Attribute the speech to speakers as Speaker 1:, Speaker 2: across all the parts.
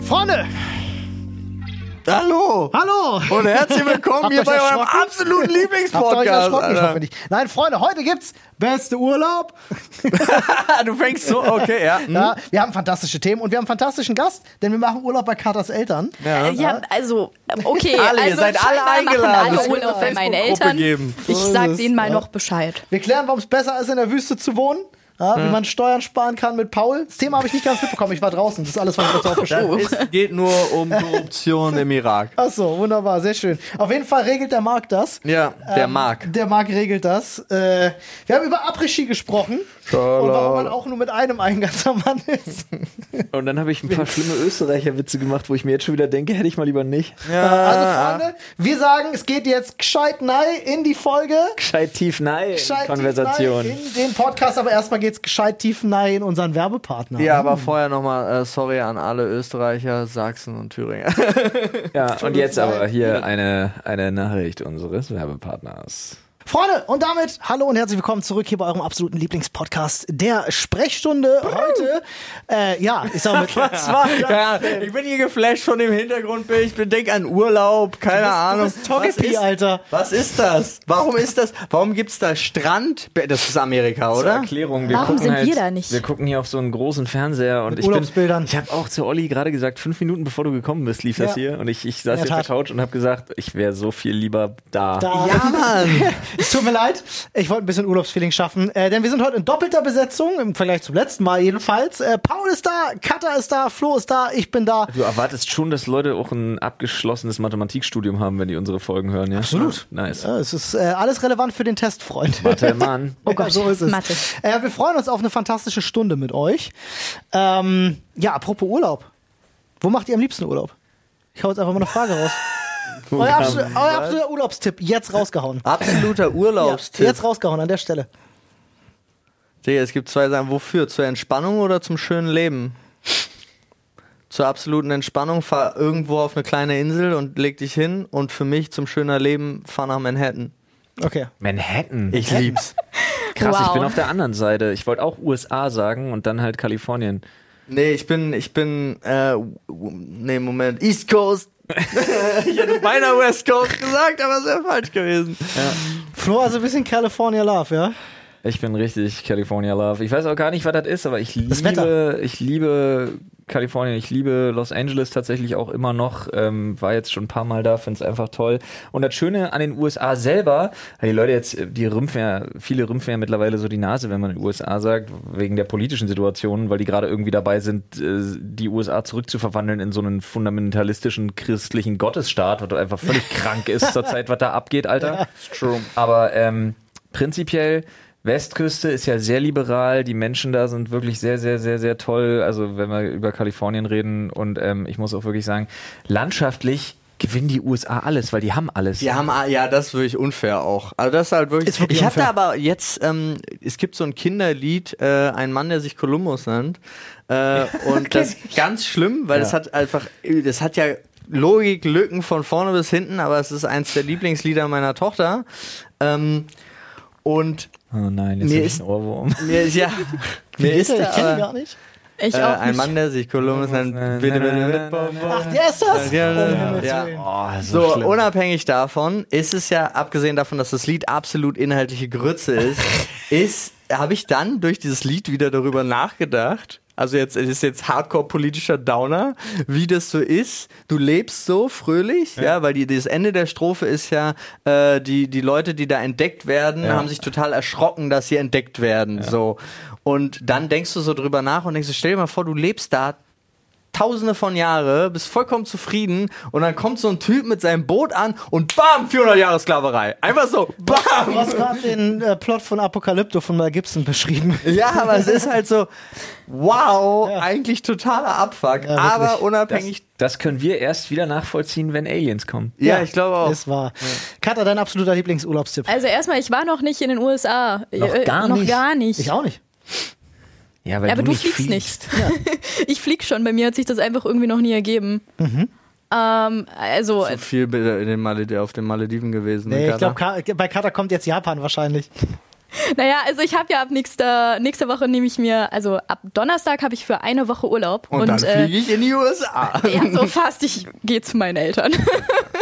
Speaker 1: Vorne!
Speaker 2: Hallo!
Speaker 1: Hallo!
Speaker 2: Und herzlich willkommen
Speaker 1: Habt
Speaker 2: hier
Speaker 1: euch
Speaker 2: bei eurem
Speaker 1: erschrocken?
Speaker 2: absoluten
Speaker 1: Habt ihr euch
Speaker 2: Lieblingspodcast.
Speaker 1: erschrocken? Ich
Speaker 2: Alter.
Speaker 1: hoffe nicht. Nein, Freunde, heute gibt's beste Urlaub.
Speaker 2: Ah, du fängst so, okay, ja. hm.
Speaker 1: Ja, wir haben fantastische Themen und wir haben einen fantastischen Gast, denn wir machen Urlaub bei Katas Eltern.
Speaker 2: Ja. ne?
Speaker 3: Äh, Ja, also, okay.
Speaker 2: Alle, ihr
Speaker 3: also
Speaker 2: seid alle
Speaker 3: scheinbar machen
Speaker 2: eingeladen. Es
Speaker 3: Alle
Speaker 2: wird
Speaker 3: Urlaub
Speaker 2: eine
Speaker 3: bei meinen
Speaker 2: Facebook-Gruppe
Speaker 3: Eltern.
Speaker 2: geben.
Speaker 3: Ich
Speaker 1: So ist
Speaker 3: sag
Speaker 1: es,
Speaker 3: denen mal
Speaker 2: ne?
Speaker 1: ja.
Speaker 3: noch Bescheid.
Speaker 1: Wir klären, warum es besser ist, in der Wüste zu wohnen. Ja, Wie man Steuern sparen kann mit Paul. Das Thema habe ich nicht ganz mitbekommen. Ich war draußen. Das ist alles, was ich jetzt aufgeschoben habe.
Speaker 2: Es geht nur um Korruption im Irak.
Speaker 1: Achso, wunderbar, sehr schön. Auf jeden Fall regelt der Marc das.
Speaker 2: Ja, der Mark.
Speaker 1: Der Marc regelt das. Äh, wir haben über Après-Ski gesprochen. Und warum man auch nur mit einem ein ganzer Mann ist.
Speaker 4: Und dann habe ich ein paar schlimme Österreicher-Witze gemacht, wo ich mir jetzt schon wieder denke, hätte ich mal lieber nicht.
Speaker 1: Also, Freunde, wir sagen, es geht jetzt gescheit nei in die Folge.
Speaker 4: Gescheit tief nein,
Speaker 1: Gescheit tief
Speaker 4: Konversation.
Speaker 1: nei In den Podcast, aber erstmal geht's gescheit tief nei in unseren Werbepartner.
Speaker 2: Ja, aber vorher nochmal äh, sorry an alle Österreicher, Sachsen und Thüringer.
Speaker 4: ja, und jetzt aber hier eine, eine Nachricht unseres Werbepartners.
Speaker 1: Freunde, und damit hallo und herzlich willkommen zurück hier bei eurem absoluten Lieblingspodcast der Sprechstunde heute. Äh, ja, ich sag mit. Was war
Speaker 2: Ja, ich bin hier geflasht von dem Hintergrundbild. Ich bedenke an Urlaub, keine Ahnung.
Speaker 1: bist Togepi,
Speaker 2: was ist,
Speaker 1: Alter.
Speaker 2: Was ist das? Warum ist das? Warum gibt's da Strand? Das ist Amerika,
Speaker 4: Zur
Speaker 2: oder?
Speaker 4: Erklärung, wir
Speaker 3: Warum
Speaker 4: gucken
Speaker 3: sind
Speaker 4: halt,
Speaker 3: wir da nicht?
Speaker 4: Wir gucken hier auf so einen großen Fernseher und ich
Speaker 1: Urlaubsbildern.
Speaker 4: Bin, ich habe auch zu Olli gerade gesagt, fünf Minuten bevor du gekommen bist, lief das
Speaker 1: Ja.
Speaker 4: hier und ich, ich saß
Speaker 1: In der
Speaker 4: hier auf der
Speaker 1: Tat.
Speaker 4: Couch und habe gesagt, ich wäre so viel lieber da.
Speaker 1: da?
Speaker 2: Ja, Mann.
Speaker 1: Es tut mir leid, ich wollte ein bisschen Urlaubsfeeling schaffen, äh, denn wir sind heute in doppelter Besetzung, im Vergleich zum letzten Mal jedenfalls. Äh, Paul ist da, Katha ist da, Flo ist da, ich bin da.
Speaker 4: Du erwartest schon, dass Leute auch ein abgeschlossenes Mathematikstudium haben, wenn die unsere Folgen hören, ja? Absolut. Nice.
Speaker 1: Ja, es ist äh, alles relevant für den Test, Freund.
Speaker 4: Mathe, Mann.
Speaker 1: Oh Gott, so ist es.
Speaker 3: Mathe.
Speaker 1: Äh, wir freuen uns auf eine fantastische Stunde mit euch. Ähm, ja, apropos Urlaub. Wo macht ihr am liebsten Urlaub? Ich hau jetzt einfach mal eine Frage raus. Euer, absolu euer absoluter Urlaubstipp, jetzt rausgehauen.
Speaker 2: Absoluter Urlaubstipp.
Speaker 1: Jetzt rausgehauen an der Stelle.
Speaker 2: Digga, es gibt zwei Sachen. Wofür? Zur Entspannung oder zum schönen Leben? Zur absoluten Entspannung fahr irgendwo auf eine kleine Insel und leg dich hin. Und für mich zum schöner Leben fahr nach Manhattan.
Speaker 1: Okay.
Speaker 4: Manhattan.
Speaker 2: Ich lieb's.
Speaker 4: Krass, ich
Speaker 3: Wow.
Speaker 4: bin auf der anderen Seite. Ich wollte auch USA sagen und dann halt Kalifornien.
Speaker 2: Nee, ich bin, ich bin, äh, w- w- nee, Moment, East Coast. ich hätte beinahe West Coast gesagt, aber es wäre falsch gewesen.
Speaker 1: Flo, also ein bisschen California Love, ja?
Speaker 4: Ich bin richtig California Love. Ich weiß auch gar nicht, was das ist, aber ich liebe,
Speaker 1: Wetter.
Speaker 4: ich liebe Kalifornien, ich liebe Los Angeles tatsächlich auch immer noch. Ähm, war jetzt schon ein paar Mal da, finde es einfach toll. Und das Schöne an den USA selber, weil die Leute jetzt, äh, die rümpfen ja, viele rümpfen ja mittlerweile so die Nase, wenn man in den USA sagt, wegen der politischen Situation, weil die gerade irgendwie dabei sind, äh, die USA zurückzuverwandeln in so einen fundamentalistischen christlichen Gottesstaat, was einfach völlig krank ist zurzeit, was da abgeht, Alter. True. Aber ähm, prinzipiell Westküste ist ja sehr liberal, die Menschen da sind wirklich sehr, sehr, sehr, sehr toll. Also wenn wir über Kalifornien reden und ähm, ich muss auch wirklich sagen, landschaftlich gewinnen die USA alles, weil die haben alles.
Speaker 2: Die haben, ah, ja, das ist wirklich unfair auch. Also das ist halt wirklich.
Speaker 1: Ist wirklich
Speaker 2: ich hatte
Speaker 1: unfair.
Speaker 2: aber jetzt, ähm, es gibt so ein Kinderlied, äh, ein Mann, der sich Kolumbus nennt. Äh, und das ist ganz schlimm, weil das hat einfach, das hat ja Logiklücken von vorne bis hinten, aber es ist eins der Lieblingslieder meiner Tochter. Ähm, und
Speaker 4: Oh nein, jetzt
Speaker 2: Mir
Speaker 4: nee,
Speaker 2: ist-
Speaker 4: ist ein Ohrwurm.
Speaker 2: mir ist ja. Mir ist
Speaker 1: ich
Speaker 2: da,
Speaker 1: kenne ihn
Speaker 2: aber-
Speaker 1: gar nicht.
Speaker 3: Ich
Speaker 2: Äh,
Speaker 3: auch
Speaker 2: ein
Speaker 3: nicht.
Speaker 2: Mann, der sich Kolumbus nennt. Bitte, bitte, bitte.
Speaker 1: Ach, der ist das?
Speaker 2: Ja, ja,
Speaker 1: Um
Speaker 2: ja.
Speaker 1: Himmels
Speaker 2: Ja.
Speaker 1: Willen.
Speaker 4: Oh,
Speaker 2: So, unabhängig davon ist es ja, abgesehen davon, dass das Lied absolut inhaltliche Grütze ist, ist, habe ich dann durch dieses Lied wieder darüber nachgedacht. Also jetzt es ist jetzt hardcore politischer Downer, wie das so ist. Du lebst so fröhlich, ja, weil die, das Ende der Strophe ist ja, äh, die, die Leute, die da entdeckt werden,
Speaker 4: Ja.
Speaker 2: haben sich total erschrocken, dass sie entdeckt werden. So. Und dann denkst du so drüber nach und denkst, dir, stell dir mal vor, du lebst da tausende von Jahre, bist vollkommen zufrieden und dann kommt so ein Typ mit seinem Boot an und bam, 400 Jahre Sklaverei. Einfach so,
Speaker 1: Du
Speaker 2: bam.
Speaker 1: hast gerade den äh, Plot von Apokalypto von Mel Gibson beschrieben.
Speaker 2: Ja, aber es ist halt so, wow, eigentlich totaler Abfuck,
Speaker 1: Ja, wirklich.
Speaker 2: aber
Speaker 4: das,
Speaker 2: unabhängig.
Speaker 4: das können wir erst wieder nachvollziehen, wenn Aliens kommen.
Speaker 2: ja, ich glaube auch.
Speaker 1: Ist wahr. Katha, dein absoluter Lieblingsurlaubstipp?
Speaker 3: Also erstmal, ich war noch nicht in den USA.
Speaker 4: Noch gar
Speaker 3: Äh, noch
Speaker 4: nicht.
Speaker 3: Gar nicht.
Speaker 1: Ich auch nicht.
Speaker 4: Ja,
Speaker 3: Ja, aber du, fliegst, nicht. ich flieg schon. Bei mir hat sich das einfach irgendwie noch nie ergeben. Ähm, also,
Speaker 2: Zu viel bitte in den Maledi- auf den Malediven gewesen.
Speaker 1: Nee,
Speaker 2: ne,
Speaker 1: ich glaube,
Speaker 2: Carla?
Speaker 1: Ka bei Kater kommt jetzt Japan wahrscheinlich.
Speaker 3: Naja, also ich habe ja ab nächster, nächster Woche nehme ich mir, also ab Donnerstag habe ich für eine Woche Urlaub.
Speaker 2: Und, dann
Speaker 3: äh,
Speaker 2: fliege ich in die USA.
Speaker 3: ja, so fast, ich gehe zu meinen Eltern.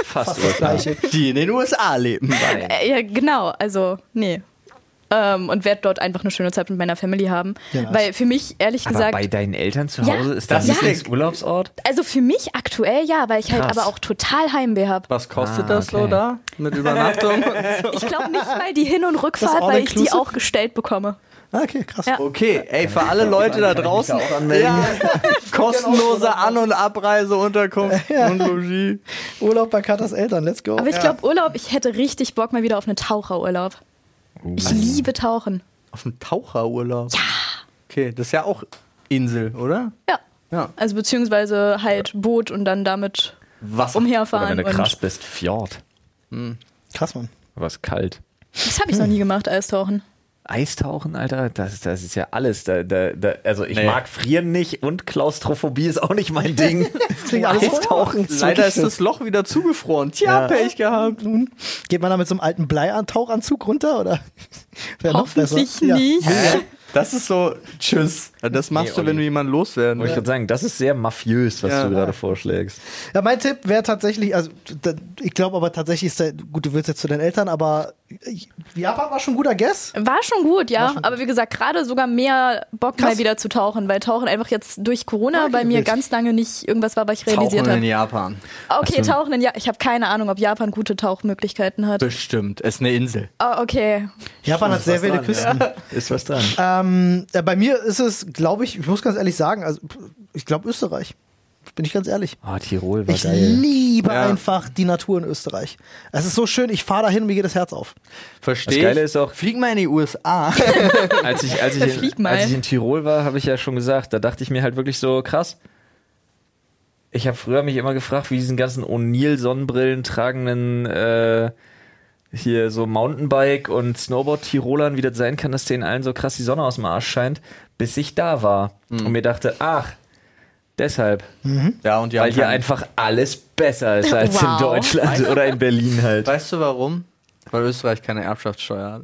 Speaker 4: Fast
Speaker 1: das
Speaker 4: USA.
Speaker 1: gleiche.
Speaker 2: Die in den USA leben.
Speaker 4: Nein.
Speaker 3: Äh, ja, genau, also, nee. Ähm, und werde dort einfach eine schöne Zeit mit meiner Family haben.
Speaker 1: Ja, nice.
Speaker 3: Weil für mich, ehrlich
Speaker 4: Aber bei
Speaker 3: gesagt,
Speaker 4: deinen Eltern zu
Speaker 3: Ja.
Speaker 4: Hause ist das
Speaker 2: Ja.
Speaker 4: nicht Urlaubsort?
Speaker 3: also für mich aktuell ja, weil ich halt
Speaker 4: Krass.
Speaker 3: aber auch total Heimweh habe.
Speaker 2: Was kostet
Speaker 4: Ah,
Speaker 2: das so
Speaker 4: okay.
Speaker 2: da? Mit Übernachtung?
Speaker 3: Ich glaube nicht mal die Hin- und Rückfahrt,
Speaker 1: all
Speaker 3: weil ich die
Speaker 1: inclusive?
Speaker 3: auch gestellt bekomme.
Speaker 1: Ah, okay, krass.
Speaker 3: Ja.
Speaker 2: Okay, ey, für alle Leute da draußen.
Speaker 4: auch anmelden?
Speaker 2: kostenlose An- und Abreise, Unterkunft und Logis.
Speaker 1: Urlaub bei Katas Eltern, let's
Speaker 4: Oh,
Speaker 1: go.
Speaker 3: Aber ich glaube, Urlaub, ich hätte richtig Bock mal wieder auf einen Taucherurlaub. Ich liebe Tauchen.
Speaker 2: Auf dem Taucherurlaub. Ja. Okay, das ist ja auch Insel, oder?
Speaker 3: Ja.
Speaker 2: Ja.
Speaker 3: Also beziehungsweise halt Boot und dann damit
Speaker 2: Wasser.
Speaker 4: Oder wenn
Speaker 3: umherfahren.
Speaker 4: du
Speaker 3: Und
Speaker 4: krass bist, Fjord.
Speaker 1: Krass, Mann.
Speaker 4: Aber es ist kalt.
Speaker 3: das habe ich noch nie gemacht, Eistauchen.
Speaker 4: Eistauchen, Alter, das, das ist ja alles. Da, da, da, also ich
Speaker 2: Nee.
Speaker 4: mag Frieren nicht und Klaustrophobie ist auch nicht mein Ding.
Speaker 1: Klingt alles
Speaker 4: Eistauchen.
Speaker 2: Leider ist das Loch wieder zugefroren. Tja, Pech gehabt.
Speaker 1: Nun, geht man da mit so einem alten Bleitauchanzug runter oder? Wär noch besser.
Speaker 3: Hoffentlich
Speaker 1: Ja.
Speaker 3: nicht.
Speaker 2: Hä? Das ist so, tschüss. Das machst
Speaker 4: Nee,
Speaker 2: du, wenn
Speaker 4: Olli.
Speaker 2: du jemanden loswerden
Speaker 4: Wollte ich
Speaker 2: willst.
Speaker 4: gerade sagen, das ist sehr mafiös, was
Speaker 2: Ja.
Speaker 4: du gerade vorschlägst.
Speaker 1: Ja, mein Tipp wäre tatsächlich, also da, ich glaube aber tatsächlich ist der, gut, du willst jetzt zu deinen Eltern, aber ich- Japan war schon ein guter Guess.
Speaker 3: War schon gut, ja. Aber wie gesagt, gerade sogar mehr Bock mal
Speaker 1: Krass.
Speaker 3: wieder zu tauchen, weil Tauchen einfach jetzt durch Corona
Speaker 1: Okay,
Speaker 3: bei mir
Speaker 1: wild.
Speaker 3: ganz lange nicht irgendwas war, was ich realisiert
Speaker 2: Tauchen in
Speaker 3: habe.
Speaker 2: Japan.
Speaker 3: Okay, Tauchen in ja. Ich habe keine Ahnung, ob Japan gute Tauchmöglichkeiten hat.
Speaker 2: Bestimmt. Es ist eine Insel.
Speaker 3: Ah, okay.
Speaker 1: Japan hat sehr
Speaker 4: was
Speaker 1: wilde
Speaker 4: dran,
Speaker 1: Küsten.
Speaker 4: Ist was dran.
Speaker 2: Ah.
Speaker 1: Ähm, äh, bei mir ist es, glaube ich, ich muss ganz ehrlich sagen, also ich glaube Österreich. Bin ich ganz ehrlich.
Speaker 4: Oh, Tirol war
Speaker 1: Ich
Speaker 4: geil.
Speaker 1: liebe
Speaker 2: Ja.
Speaker 1: einfach die Natur in Österreich. Es ist so schön, ich fahre dahin und mir geht das Herz auf.
Speaker 2: Verstehe.
Speaker 4: Das Geile ist auch-
Speaker 2: flieg mal in die USA.
Speaker 4: Als ich, als, ich
Speaker 3: Flieg
Speaker 4: in,
Speaker 3: mal.
Speaker 4: als ich in Tirol war, habe ich ja schon gesagt, da dachte ich mir halt wirklich so, krass. Ich habe früher mich immer gefragt, wie diesen ganzen O'Neill-Sonnenbrillen tragenden äh, hier so Mountainbike- und Snowboard-Tirolern, wie das sein kann, dass denen allen so krass die Sonne aus dem Arsch scheint, bis ich da war
Speaker 2: Hm.
Speaker 4: und mir dachte, ach, deshalb,
Speaker 2: ja, und die
Speaker 4: weil
Speaker 2: haben
Speaker 4: hier
Speaker 2: keinen-
Speaker 4: einfach alles besser ist als
Speaker 3: Wow.
Speaker 4: in Deutschland oder in Berlin halt.
Speaker 2: Weißt du warum? Weil Österreich keine Erbschaftssteuer hat.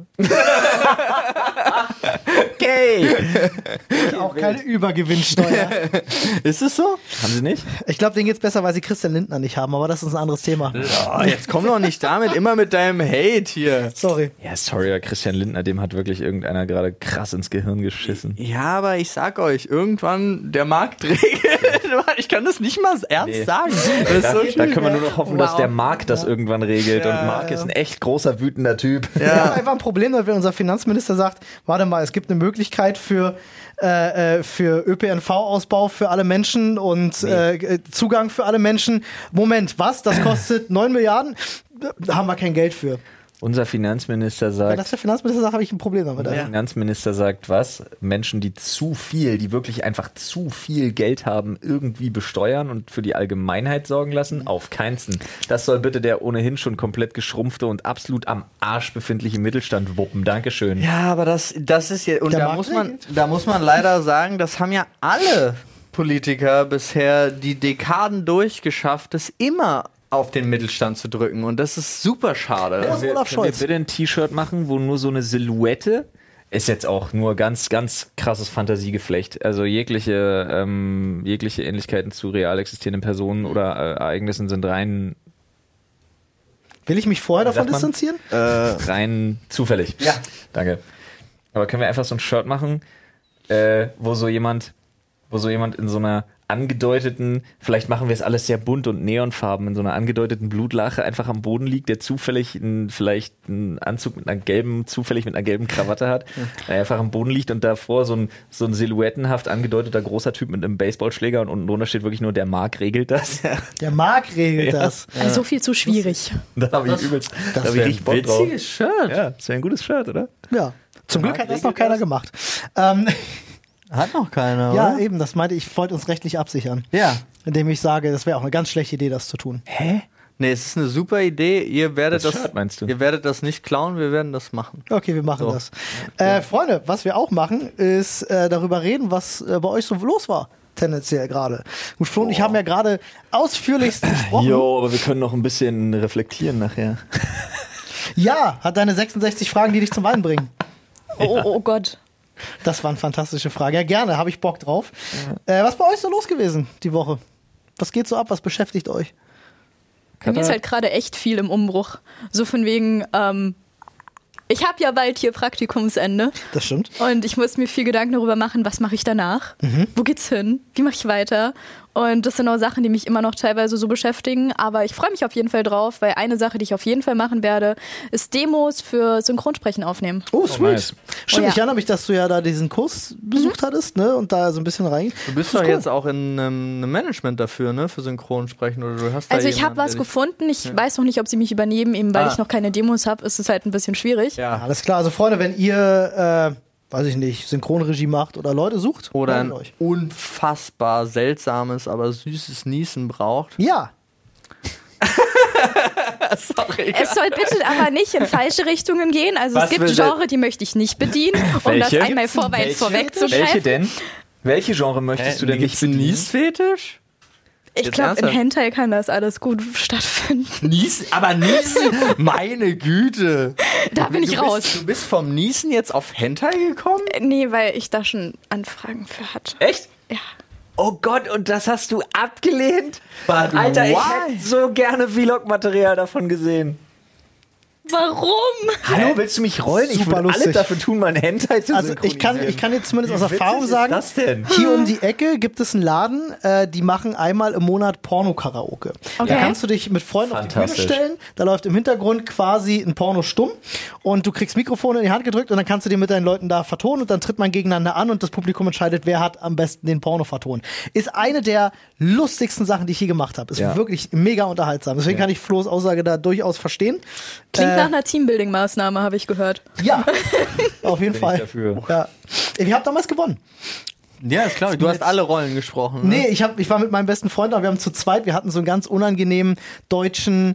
Speaker 4: Okay.
Speaker 1: Auch keine Übergewinnsteuer.
Speaker 2: Ist es so?
Speaker 4: Haben sie nicht?
Speaker 1: ich glaube, denen geht's besser, weil sie Christian Lindner nicht haben, aber das ist ein anderes Thema.
Speaker 2: Oh, jetzt komm doch nicht damit, immer mit deinem Hate hier.
Speaker 1: Sorry.
Speaker 4: Ja, sorry, aber Christian Lindner, dem hat wirklich irgendeiner gerade krass ins Gehirn geschissen.
Speaker 2: Ja, aber ich sag euch, irgendwann der Markt regelt. Ich kann das nicht mal ernst
Speaker 4: Nee.
Speaker 2: sagen. Das ist
Speaker 4: Da,
Speaker 2: so
Speaker 4: da
Speaker 2: schön.
Speaker 4: können wir nur noch hoffen, dass
Speaker 3: Wow.
Speaker 4: der Marc das irgendwann regelt.
Speaker 2: Ja,
Speaker 4: Und Marc
Speaker 2: ja.
Speaker 4: ist ein echt großer, wütender Typ.
Speaker 1: Wir haben einfach ein Problem, damit, wenn unser Finanzminister sagt, warte mal, es gibt eine Möglichkeit für, äh, äh, für ÖPNV-Ausbau für alle Menschen und äh, äh, Zugang für alle Menschen. Moment, was? Das kostet 9 Milliarden? Da haben wir kein Geld für.
Speaker 4: Unser Finanzminister
Speaker 1: Wenn
Speaker 4: sagt,
Speaker 1: das der Finanzminister sagt, habe ich ein Problem damit.
Speaker 4: der Finanzminister sagt was? Menschen, die zu viel, die wirklich einfach zu viel Geld haben, irgendwie besteuern und für die Allgemeinheit sorgen
Speaker 2: Mhm.
Speaker 4: lassen? Auf keinsten. Das soll bitte der ohnehin schon komplett geschrumpfte und absolut am Arsch befindliche Mittelstand wuppen. Dankeschön.
Speaker 2: Ja, aber das, das ist ja, und
Speaker 1: Der
Speaker 2: da
Speaker 1: Markt
Speaker 2: muss, man,
Speaker 1: regelt.
Speaker 2: da muss man leider sagen, das haben ja alle Politiker bisher die Dekaden durchgeschafft, es immer auf den Mittelstand zu drücken. Und das ist super
Speaker 4: Äh,
Speaker 2: schade.
Speaker 1: Groß Olaf
Speaker 4: Könnt ihr
Speaker 1: Scholz.
Speaker 4: bitte ein T-Shirt machen, wo nur so eine Silhouette ist jetzt auch nur ganz, ganz krasses Fantasiegeflecht. Also jegliche, ähm, jegliche Ähnlichkeiten zu real existierenden Personen oder äh, Ereignissen sind rein,
Speaker 1: Will ich mich vorher davon
Speaker 4: Sagt man?
Speaker 1: distanzieren?
Speaker 4: rein zufällig.
Speaker 2: Ja.
Speaker 4: Danke. Aber können wir einfach so ein Shirt machen, äh, wo so jemand, wo so jemand in so einer angedeuteten, vielleicht machen wir es alles sehr bunt und neonfarben, in so einer angedeuteten Blutlache einfach am Boden liegt, der zufällig einen, vielleicht einen Anzug mit einer gelben, zufällig mit einer gelben Krawatte hat, der einfach am Boden liegt und davor so ein, so ein silhouettenhaft angedeuteter großer Typ mit einem Baseballschläger und unten drunter steht wirklich nur, der Mark regelt das.
Speaker 1: Der Markt regelt das.
Speaker 3: Also so viel zu schwierig.
Speaker 4: da habe ich übelst, da habe ich
Speaker 2: wär
Speaker 4: richtig Bock drauf.
Speaker 2: Shirt.
Speaker 4: Ja, das wäre ein gutes Shirt, oder?
Speaker 1: Ja. Zum Glück hat das noch
Speaker 2: regelt
Speaker 1: keiner gemacht. Ähm,
Speaker 2: Hat noch keiner,
Speaker 1: ja,
Speaker 2: oder?
Speaker 1: eben, das meinte ich, ich wollte uns rechtlich absichern.
Speaker 2: Ja.
Speaker 1: Indem ich sage, das wäre auch eine ganz schlechte Idee, das zu tun.
Speaker 4: Hä?
Speaker 2: Nee, es ist eine super Idee. Ihr werdet
Speaker 4: Das
Speaker 2: das,
Speaker 4: Shirt meinst du?
Speaker 2: Ihr werdet das nicht klauen, wir werden das machen.
Speaker 1: Okay, wir machen
Speaker 2: So.
Speaker 1: das. Äh, Freunde, was wir auch machen, ist äh, darüber reden, was äh, bei euch so los war, tendenziell gerade. Gut, Flo und ich haben ja gerade ausführlichst gesprochen.
Speaker 4: Jo, aber wir können noch ein bisschen reflektieren nachher.
Speaker 1: Ja, hat deine 66 Fragen, die dich zum Weinen bringen.
Speaker 3: Oh, oh, oh Gott.
Speaker 1: Das war eine fantastische Frage. Ja, gerne, habe ich Bock drauf. Äh, was bei euch so los gewesen die Woche? Was geht so ab? Was beschäftigt euch?
Speaker 3: Bei mir ist halt gerade echt viel im Umbruch. So von wegen, ähm, ich habe ja bald hier Praktikumsende
Speaker 1: Das stimmt.
Speaker 3: und ich muss mir viel Gedanken darüber machen, was mache ich danach?
Speaker 2: Mhm.
Speaker 3: Wo geht's hin? Wie mache ich weiter? Und das sind auch Sachen, die mich immer noch teilweise so beschäftigen. Aber ich freue mich auf jeden Fall drauf, weil eine Sache, die ich auf jeden Fall machen werde, ist Demos für Synchronsprechen aufnehmen.
Speaker 1: Oh, sweet.
Speaker 4: nice.
Speaker 1: Stimmt,
Speaker 3: Oh, ja. Mhm.
Speaker 1: ich erinnere mich, dass du ja da diesen Kurs besucht hattest, ne? Und da so ein bisschen rein.
Speaker 2: Du bist
Speaker 1: Das
Speaker 2: doch
Speaker 1: ist cool.
Speaker 2: jetzt auch in einem einem Management dafür, ne? Für Synchronsprechen oder du hast da
Speaker 3: Also ich habe
Speaker 2: jemanden,
Speaker 3: was
Speaker 2: der dich-
Speaker 3: gefunden. Ich weiß noch nicht, ob sie mich übernehmen, eben weil
Speaker 2: Ah.
Speaker 3: ich noch keine Demos habe. Ist es halt ein bisschen schwierig.
Speaker 1: Ja,
Speaker 2: Ja.
Speaker 1: Alles klar, also Freunde, wenn ihr, äh, weiß ich nicht, Synchronregie macht oder Leute sucht,
Speaker 2: Oder ein
Speaker 1: meldet euch.
Speaker 2: unfassbar seltsames, aber süßes Niesen braucht.
Speaker 1: Ja,
Speaker 2: Sorry.
Speaker 3: Es soll bitte aber nicht in falsche Richtungen gehen. Also
Speaker 2: Was
Speaker 3: es gibt
Speaker 2: will
Speaker 3: Genre, die möchte ich nicht bedienen, um das
Speaker 4: Welche?
Speaker 3: einmal vorwärts
Speaker 4: Welche
Speaker 3: vorwegzugreifen.
Speaker 4: denn? Welche Genre möchtest du denn nicht bedienen?
Speaker 2: Niesfetisch?
Speaker 3: Ich
Speaker 2: Jetzt
Speaker 3: glaube, im
Speaker 2: ernsthaft?
Speaker 3: Hentai kann das alles gut stattfinden.
Speaker 2: Niesen? Aber Niesen? Meine Güte.
Speaker 3: Da bin ich
Speaker 2: du Bist,
Speaker 3: raus.
Speaker 2: du bist vom Niesen jetzt auf Hentai gekommen?
Speaker 3: Äh, Nee, weil ich da schon Anfragen für hatte.
Speaker 4: Echt?
Speaker 3: Ja.
Speaker 4: Oh Gott, und das hast du abgelehnt?
Speaker 2: But
Speaker 4: Alter, ich
Speaker 2: why?
Speaker 4: hätte so gerne Vlog-Material davon gesehen.
Speaker 3: Warum?
Speaker 4: Hallo, willst du mich rollen? ich
Speaker 1: Super
Speaker 4: würde
Speaker 1: lustig.
Speaker 4: alles dafür tun, meinen Hentai zu
Speaker 1: also ich kann,
Speaker 4: synchronisieren.
Speaker 1: ich kann jetzt zumindest aus
Speaker 4: Wie
Speaker 1: Erfahrung
Speaker 4: witzig
Speaker 1: sagen,
Speaker 4: Ist das denn?
Speaker 1: Hier um die Ecke gibt es einen Laden, äh, die machen einmal im Monat Porno-Karaoke.
Speaker 3: Okay.
Speaker 1: Da kannst du dich mit Freunden auf die Bühne
Speaker 4: Fantastisch.
Speaker 1: stellen, da läuft im Hintergrund quasi ein Porno stumm und du kriegst Mikrofone in die Hand gedrückt und dann kannst du dir mit deinen Leuten da vertonen und dann tritt man gegeneinander an und das Publikum entscheidet, wer hat am besten den Porno vertonen. Ist eine der lustigsten Sachen, die ich je gemacht habe. Ist
Speaker 4: Ja.
Speaker 1: wirklich mega unterhaltsam. Deswegen kann ich Flo's Aussage da durchaus verstehen.
Speaker 3: Klingt
Speaker 1: Äh,
Speaker 3: nach einer Teambuilding-Maßnahme, habe ich gehört.
Speaker 1: Ja, auf jeden
Speaker 4: ich
Speaker 1: Fall.
Speaker 4: dafür.
Speaker 1: Ja. Ich habe damals gewonnen.
Speaker 2: Ja, ist klar. Du hast alle Rollen gesprochen. Ne?
Speaker 1: Nee, ich, hab, ich war mit meinem besten Freund da, wir haben zu zweit, wir hatten so einen ganz unangenehmen deutschen
Speaker 4: Mm.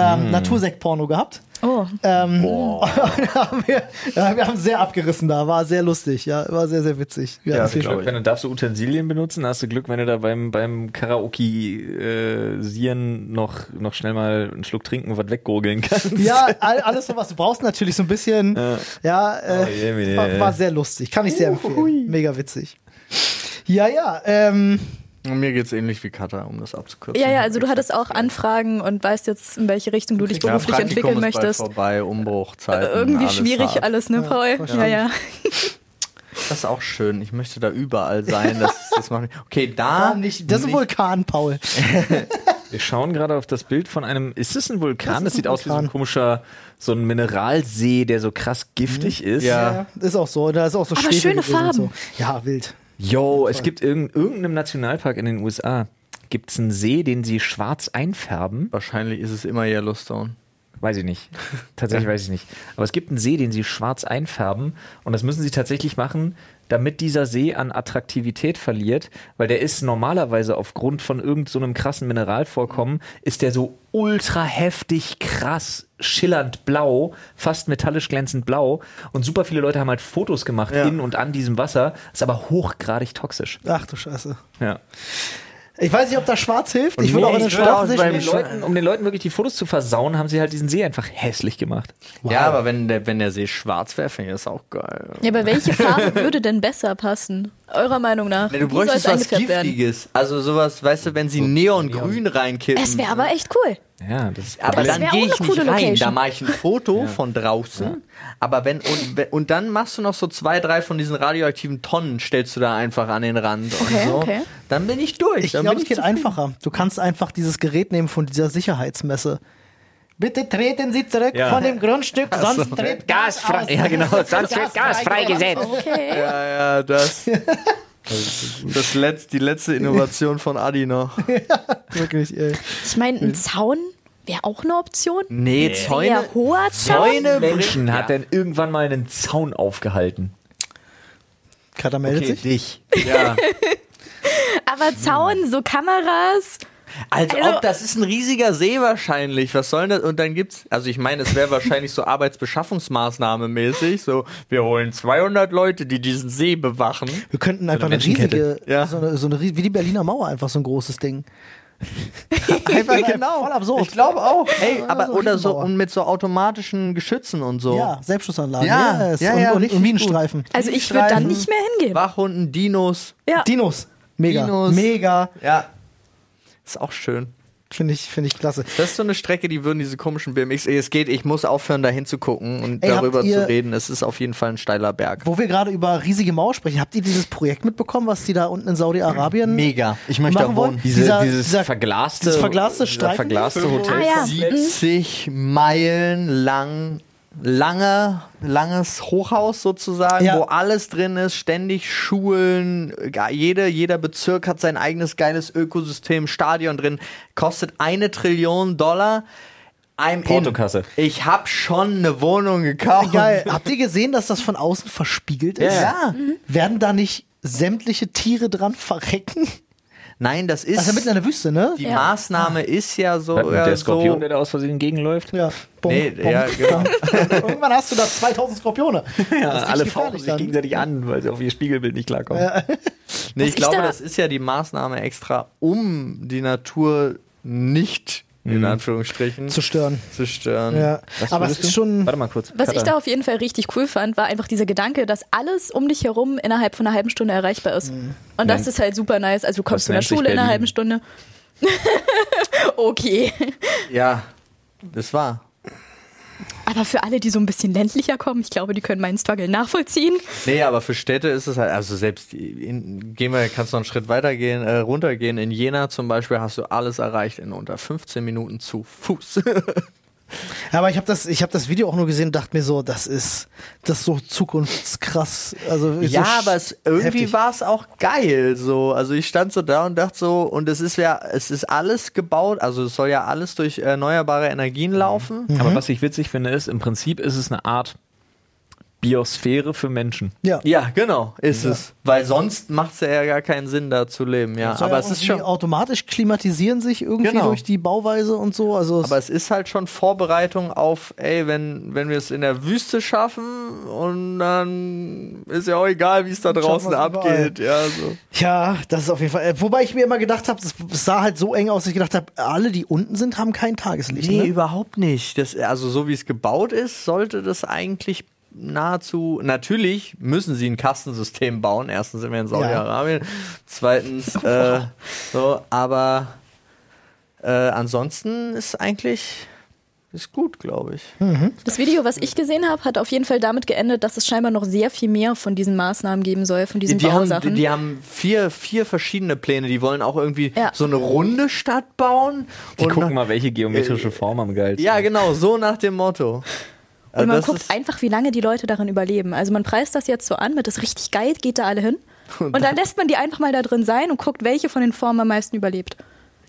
Speaker 1: ähm, Natursekt-Porno gehabt.
Speaker 3: Oh.
Speaker 1: Ähm, haben wir, ja, wir haben sehr abgerissen da, war sehr lustig, ja, war sehr, sehr witzig. Wir hatten viel
Speaker 4: Glück,
Speaker 1: Spaß.
Speaker 4: wenn du darfst du Utensilien benutzen, hast du Glück, wenn du da beim, beim Karaoke-Sieren noch, noch schnell mal einen Schluck trinken und was weggurgeln kannst.
Speaker 1: ja, all, alles so was du brauchst natürlich so ein bisschen, ja,
Speaker 4: Oh je,
Speaker 1: äh,
Speaker 4: meine.
Speaker 1: war, war sehr lustig, kann ich sehr empfehlen, mega witzig. Ja, ja, ähm,
Speaker 2: Mir geht's ähnlich wie Katha, um das abzukürzen.
Speaker 3: Ja, ja, also du hattest auch Anfragen und weißt jetzt, in welche Richtung du dich
Speaker 2: Ja,
Speaker 3: beruflich
Speaker 2: Praktikum
Speaker 3: entwickeln
Speaker 2: ist bald
Speaker 3: möchtest. Äh,
Speaker 2: vorbei, Umbruchzeiten.
Speaker 3: Irgendwie
Speaker 2: alles
Speaker 3: schwierig
Speaker 2: hart.
Speaker 3: alles, ne, Paul? Ja, ja.
Speaker 2: Das ist auch schön. Ich möchte da überall sein. Das, das macht mich. Okay,
Speaker 4: Ah,
Speaker 2: da.
Speaker 1: war nicht, das ist ein Vulkan, Paul.
Speaker 4: Wir schauen gerade auf das Bild von einem. Ist es ein Vulkan?
Speaker 1: Das ist
Speaker 4: Das,
Speaker 1: ein
Speaker 4: sieht aus wie so ein
Speaker 1: Vulkan.
Speaker 4: komischer, so ein Mineralsee, der so krass giftig ist.
Speaker 2: Ja.
Speaker 1: Mhm. Ja, ist auch so, da ist auch so
Speaker 3: Aber
Speaker 1: Schwefel
Speaker 3: schöne
Speaker 1: gewesen und
Speaker 3: Farben.
Speaker 1: So. Ja, wild.
Speaker 4: Yo, es gibt in irgendeinem Nationalpark in den USA gibt's einen See, den sie schwarz einfärben.
Speaker 2: Wahrscheinlich ist es immer Yellowstone.
Speaker 4: Weiß ich nicht. Tatsächlich weiß ich nicht. Aber es gibt einen See, den sie schwarz einfärben. Und das müssen sie tatsächlich machen, damit dieser See an Attraktivität verliert. Weil der ist normalerweise aufgrund von irgendeinem so einem krassen Mineralvorkommen, ist der so ultra heftig krass, schillernd blau, fast metallisch glänzend blau. Und super viele Leute haben halt Fotos gemacht
Speaker 2: Ja.
Speaker 4: in und an diesem Wasser. Ist aber hochgradig toxisch.
Speaker 1: Ach du Scheiße.
Speaker 4: Ja.
Speaker 1: Ich weiß nicht, ob da schwarz hilft. Ich würde
Speaker 4: Nee,
Speaker 1: auch in den
Speaker 4: ich würde
Speaker 1: schwarzen
Speaker 2: auch
Speaker 1: See
Speaker 2: beim
Speaker 1: stehen.
Speaker 2: Schwarz-
Speaker 4: Leuten, um den Leuten wirklich die Fotos zu versauen, haben sie halt diesen See einfach hässlich gemacht.
Speaker 2: Ja, aber wenn der, wenn der See schwarz wäre, finde ich das auch geil.
Speaker 3: Ja, aber welche Farbe würde denn besser passen? Eurer Meinung nach?
Speaker 2: Nee, du
Speaker 3: Wie soll
Speaker 2: bräuchtest was
Speaker 3: es eingefärbt werden?
Speaker 2: Giftiges. Also sowas, weißt du, wenn sie Neongrün reinkippen.
Speaker 3: Es wäre aber echt cool.
Speaker 4: Ja, das ist
Speaker 2: aber
Speaker 3: Das
Speaker 2: dann
Speaker 3: wär auch
Speaker 2: gehe ich
Speaker 3: eine
Speaker 2: nicht
Speaker 3: coole
Speaker 2: rein,
Speaker 3: Location.
Speaker 2: da mache ich ein Foto von draußen, aber wenn und, wenn- und dann machst du noch so zwei, drei von diesen radioaktiven Tonnen stellst du da einfach an den Rand
Speaker 3: Okay,
Speaker 2: und so.
Speaker 3: okay.
Speaker 2: Dann bin ich durch,
Speaker 1: Ich
Speaker 2: dann
Speaker 1: glaube,
Speaker 2: bin
Speaker 1: es
Speaker 2: ich
Speaker 1: geht
Speaker 2: zufrieden.
Speaker 1: einfacher. Du kannst einfach dieses Gerät nehmen von dieser Sicherheitsmesse. Bitte treten Sie zurück
Speaker 4: Ja.
Speaker 1: von dem Grundstück, sonst tritt Gas frei. Ja, genau, sonst wird Gas freigesetzt.
Speaker 3: Okay.
Speaker 2: Ja, Ah ja, das. das letzt, die letzte Innovation von Adi noch.
Speaker 1: Wirklich, Äh, ey.
Speaker 3: Ich meine, ein Zaun wäre auch eine Option.
Speaker 2: Nee, Zäune.
Speaker 3: Sehr hoher Zaun.
Speaker 2: Zäune
Speaker 4: Menschen
Speaker 2: bringen-
Speaker 4: hat denn irgendwann mal einen Zaun aufgehalten?
Speaker 1: Kater meldet
Speaker 2: Okay,
Speaker 1: sich.
Speaker 2: dich. Ja.
Speaker 3: Aber Zaun, so Kameras.
Speaker 2: Als
Speaker 3: Also-
Speaker 2: ob, das ist ein riesiger See wahrscheinlich. Was soll denn das? Und dann gibt's, also ich meine, es wäre wahrscheinlich so Arbeitsbeschaffungsmaßnahme mäßig. So, wir holen 200 Leute, die diesen See bewachen.
Speaker 1: Wir könnten einfach eine
Speaker 4: Menschenkette.
Speaker 1: riesige,
Speaker 2: Ja.
Speaker 1: so eine, so eine, ries- wie die Berliner Mauer, einfach so ein großes Ding. Einfach genau. voll absurd.
Speaker 2: Ich glaube auch. Ey,
Speaker 1: Ja,
Speaker 2: aber
Speaker 1: so
Speaker 2: oder so
Speaker 1: Riesenmauer.
Speaker 2: und mit so automatischen Geschützen und so.
Speaker 1: Ja, Selbstschussanlagen.
Speaker 2: Ja,
Speaker 1: yes.
Speaker 2: ja,
Speaker 1: und,
Speaker 2: ja,
Speaker 1: und,
Speaker 2: richtig
Speaker 1: und Minenstreifen.
Speaker 3: Also ich würde dann
Speaker 2: Streifen.
Speaker 3: nicht mehr hingehen.
Speaker 2: Wachhunden, Dinos.
Speaker 3: Ja.
Speaker 1: Dinos. Mega.
Speaker 2: Dinos.
Speaker 1: Mega.
Speaker 2: Ja. Ist auch schön.
Speaker 1: Finde ich, finde ich klasse.
Speaker 2: Das ist so eine Strecke, die würden diese komischen BMX. Ey, eh, es geht, ich muss aufhören, da hinzugucken und
Speaker 1: Ey, habt
Speaker 2: darüber
Speaker 1: ihr-
Speaker 2: zu reden. Es ist auf jeden Fall ein steiler Berg.
Speaker 1: Wo wir gerade über riesige Mauer sprechen, habt ihr dieses Projekt mitbekommen, was die da unten in Saudi-Arabien.
Speaker 2: Ich
Speaker 1: machen wollen?
Speaker 4: Diese,
Speaker 1: Dieser-
Speaker 4: dieses,
Speaker 1: dieser-
Speaker 4: verglaste,
Speaker 1: dieses verglaste
Speaker 4: dieser
Speaker 1: Streifen-
Speaker 4: verglaste Hotel.
Speaker 3: Ah, ja.
Speaker 2: 70 Meilen lang, lange, langes Hochhaus sozusagen,
Speaker 1: Ja.
Speaker 2: wo alles drin ist, ständig Schulen, ga- jede, jeder Bezirk hat sein eigenes geiles Ökosystem, Stadion drin, kostet eine Trillion Dollar. I'm in.
Speaker 4: Portokasse.
Speaker 2: Ich hab schon eine Wohnung gekauft.
Speaker 1: Geil. Habt ihr gesehen, dass das von außen verspiegelt ist?
Speaker 2: Ja. Mhm.
Speaker 1: Werden da nicht sämtliche Tiere dran verrecken?
Speaker 2: Nein, das ist.
Speaker 1: Das ist ja mitten in der Wüste, ne?
Speaker 2: die
Speaker 3: Ja.
Speaker 2: Maßnahme ist ja so.
Speaker 4: Bleibt mit
Speaker 2: ja,
Speaker 4: der Skorpion,
Speaker 2: so
Speaker 4: der da aus Versehen gegenläuft.
Speaker 1: Ja. Bom,
Speaker 2: Nee, ja, genau.
Speaker 1: Irgendwann hast du da 2000 Skorpione. Das ist richtig
Speaker 4: alle fauchen
Speaker 1: gefährlich
Speaker 4: sich
Speaker 1: dann.
Speaker 4: gegenseitig an, weil sie auf ihr Spiegelbild nicht klarkommen.
Speaker 2: Nee, ich
Speaker 3: ich
Speaker 2: glaube,
Speaker 3: da-
Speaker 2: das ist ja die Maßnahme extra, um die Natur nicht
Speaker 4: Mhm.
Speaker 2: in Anführungsstrichen
Speaker 1: Zu stören.
Speaker 2: zu stören.
Speaker 1: Ja.
Speaker 4: Was
Speaker 1: Aber es
Speaker 4: würdest
Speaker 1: ist
Speaker 4: du?
Speaker 1: schon.
Speaker 4: Warte mal kurz.
Speaker 3: Was ich
Speaker 4: Katha.
Speaker 3: da auf jeden Fall richtig cool fand, war einfach dieser Gedanke, dass alles um dich herum innerhalb von einer halben Stunde erreichbar ist. Und das
Speaker 4: Nennt-
Speaker 3: ist halt super nice. Also du kommst
Speaker 4: Das
Speaker 3: von der
Speaker 4: nennt sich
Speaker 3: Schule in einer
Speaker 4: Berlin.
Speaker 3: halben Stunde. okay.
Speaker 2: ja, das war.
Speaker 3: Aber für alle, die so ein bisschen ländlicher kommen, ich glaube, die können meinen Struggle nachvollziehen.
Speaker 2: Nee, aber für Städte ist es halt, also selbst in, gehen wir, kannst noch einen Schritt weiter gehen, äh, runtergehen. In Jena zum Beispiel hast du alles erreicht in unter 15 Minuten zu Fuß.
Speaker 1: Aber ich habe das, ich hab das Video auch nur gesehen und dachte mir so, das ist das ist so zukunftskrass. Also
Speaker 2: Ja,
Speaker 1: so sch-
Speaker 2: aber es, irgendwie
Speaker 1: heftig.
Speaker 2: war es auch geil. So, also ich stand so da und dachte so, und es ist ja, es ist alles gebaut, also es soll ja alles durch äh, erneuerbare Energien
Speaker 1: Mhm.
Speaker 2: laufen.
Speaker 4: Aber was ich witzig finde, ist, im Prinzip ist es eine Art Biosphäre für Menschen.
Speaker 1: Ja.
Speaker 2: Ja, genau, ist es. Weil sonst macht es ja gar keinen Sinn, da zu leben. Ja,
Speaker 1: Soll
Speaker 2: aber
Speaker 1: ja
Speaker 2: es ist
Speaker 1: irgendwie
Speaker 2: schon.
Speaker 1: Automatisch klimatisieren sich irgendwie
Speaker 2: Genau.
Speaker 1: durch die Bauweise und so. Also es-
Speaker 2: Aber es ist halt schon Vorbereitung auf, ey, wenn, wenn wir es in der Wüste schaffen und dann ist ja auch egal, wie es da draußen
Speaker 1: wir's überall.
Speaker 2: abgeht. Ja, so.
Speaker 1: ja, das ist auf jeden Fall. äh, Wobei ich mir immer gedacht habe, es es sah halt so eng aus, dass ich gedacht habe, alle, die unten sind, haben kein Tageslicht.
Speaker 2: Nee,
Speaker 1: ne?
Speaker 2: überhaupt nicht. Das, also so wie es gebaut ist, sollte das eigentlich nahezu. Natürlich müssen sie ein Kastensystem bauen. Erstens sind wir in Saudi-Arabien. Zweitens, äh, so, aber äh, ansonsten ist eigentlich ist gut, glaube ich.
Speaker 3: Hm, Das Video, was ich gesehen habe, hat auf jeden Fall damit geendet, dass es scheinbar noch sehr viel mehr von diesen Maßnahmen geben soll, von diesen
Speaker 2: Die haben,
Speaker 3: Bausachen.
Speaker 2: die haben vier, vier verschiedene Pläne. Die wollen auch irgendwie
Speaker 3: Ja.
Speaker 2: so eine runde Stadt bauen.
Speaker 4: Die
Speaker 2: und
Speaker 4: gucken mal, welche
Speaker 1: Äh,
Speaker 4: geometrische Form am geilsten
Speaker 2: ja,
Speaker 4: ist.
Speaker 2: genau, so nach dem Motto.
Speaker 3: und
Speaker 2: Also
Speaker 3: man
Speaker 2: das
Speaker 3: guckt
Speaker 2: ist-
Speaker 3: einfach, wie lange die Leute darin überleben. Also man preist das jetzt so an, mit das ist richtig geil, geht da alle hin. Und dann lässt man die einfach mal da drin sein und guckt, welche von den Formen am meisten überlebt.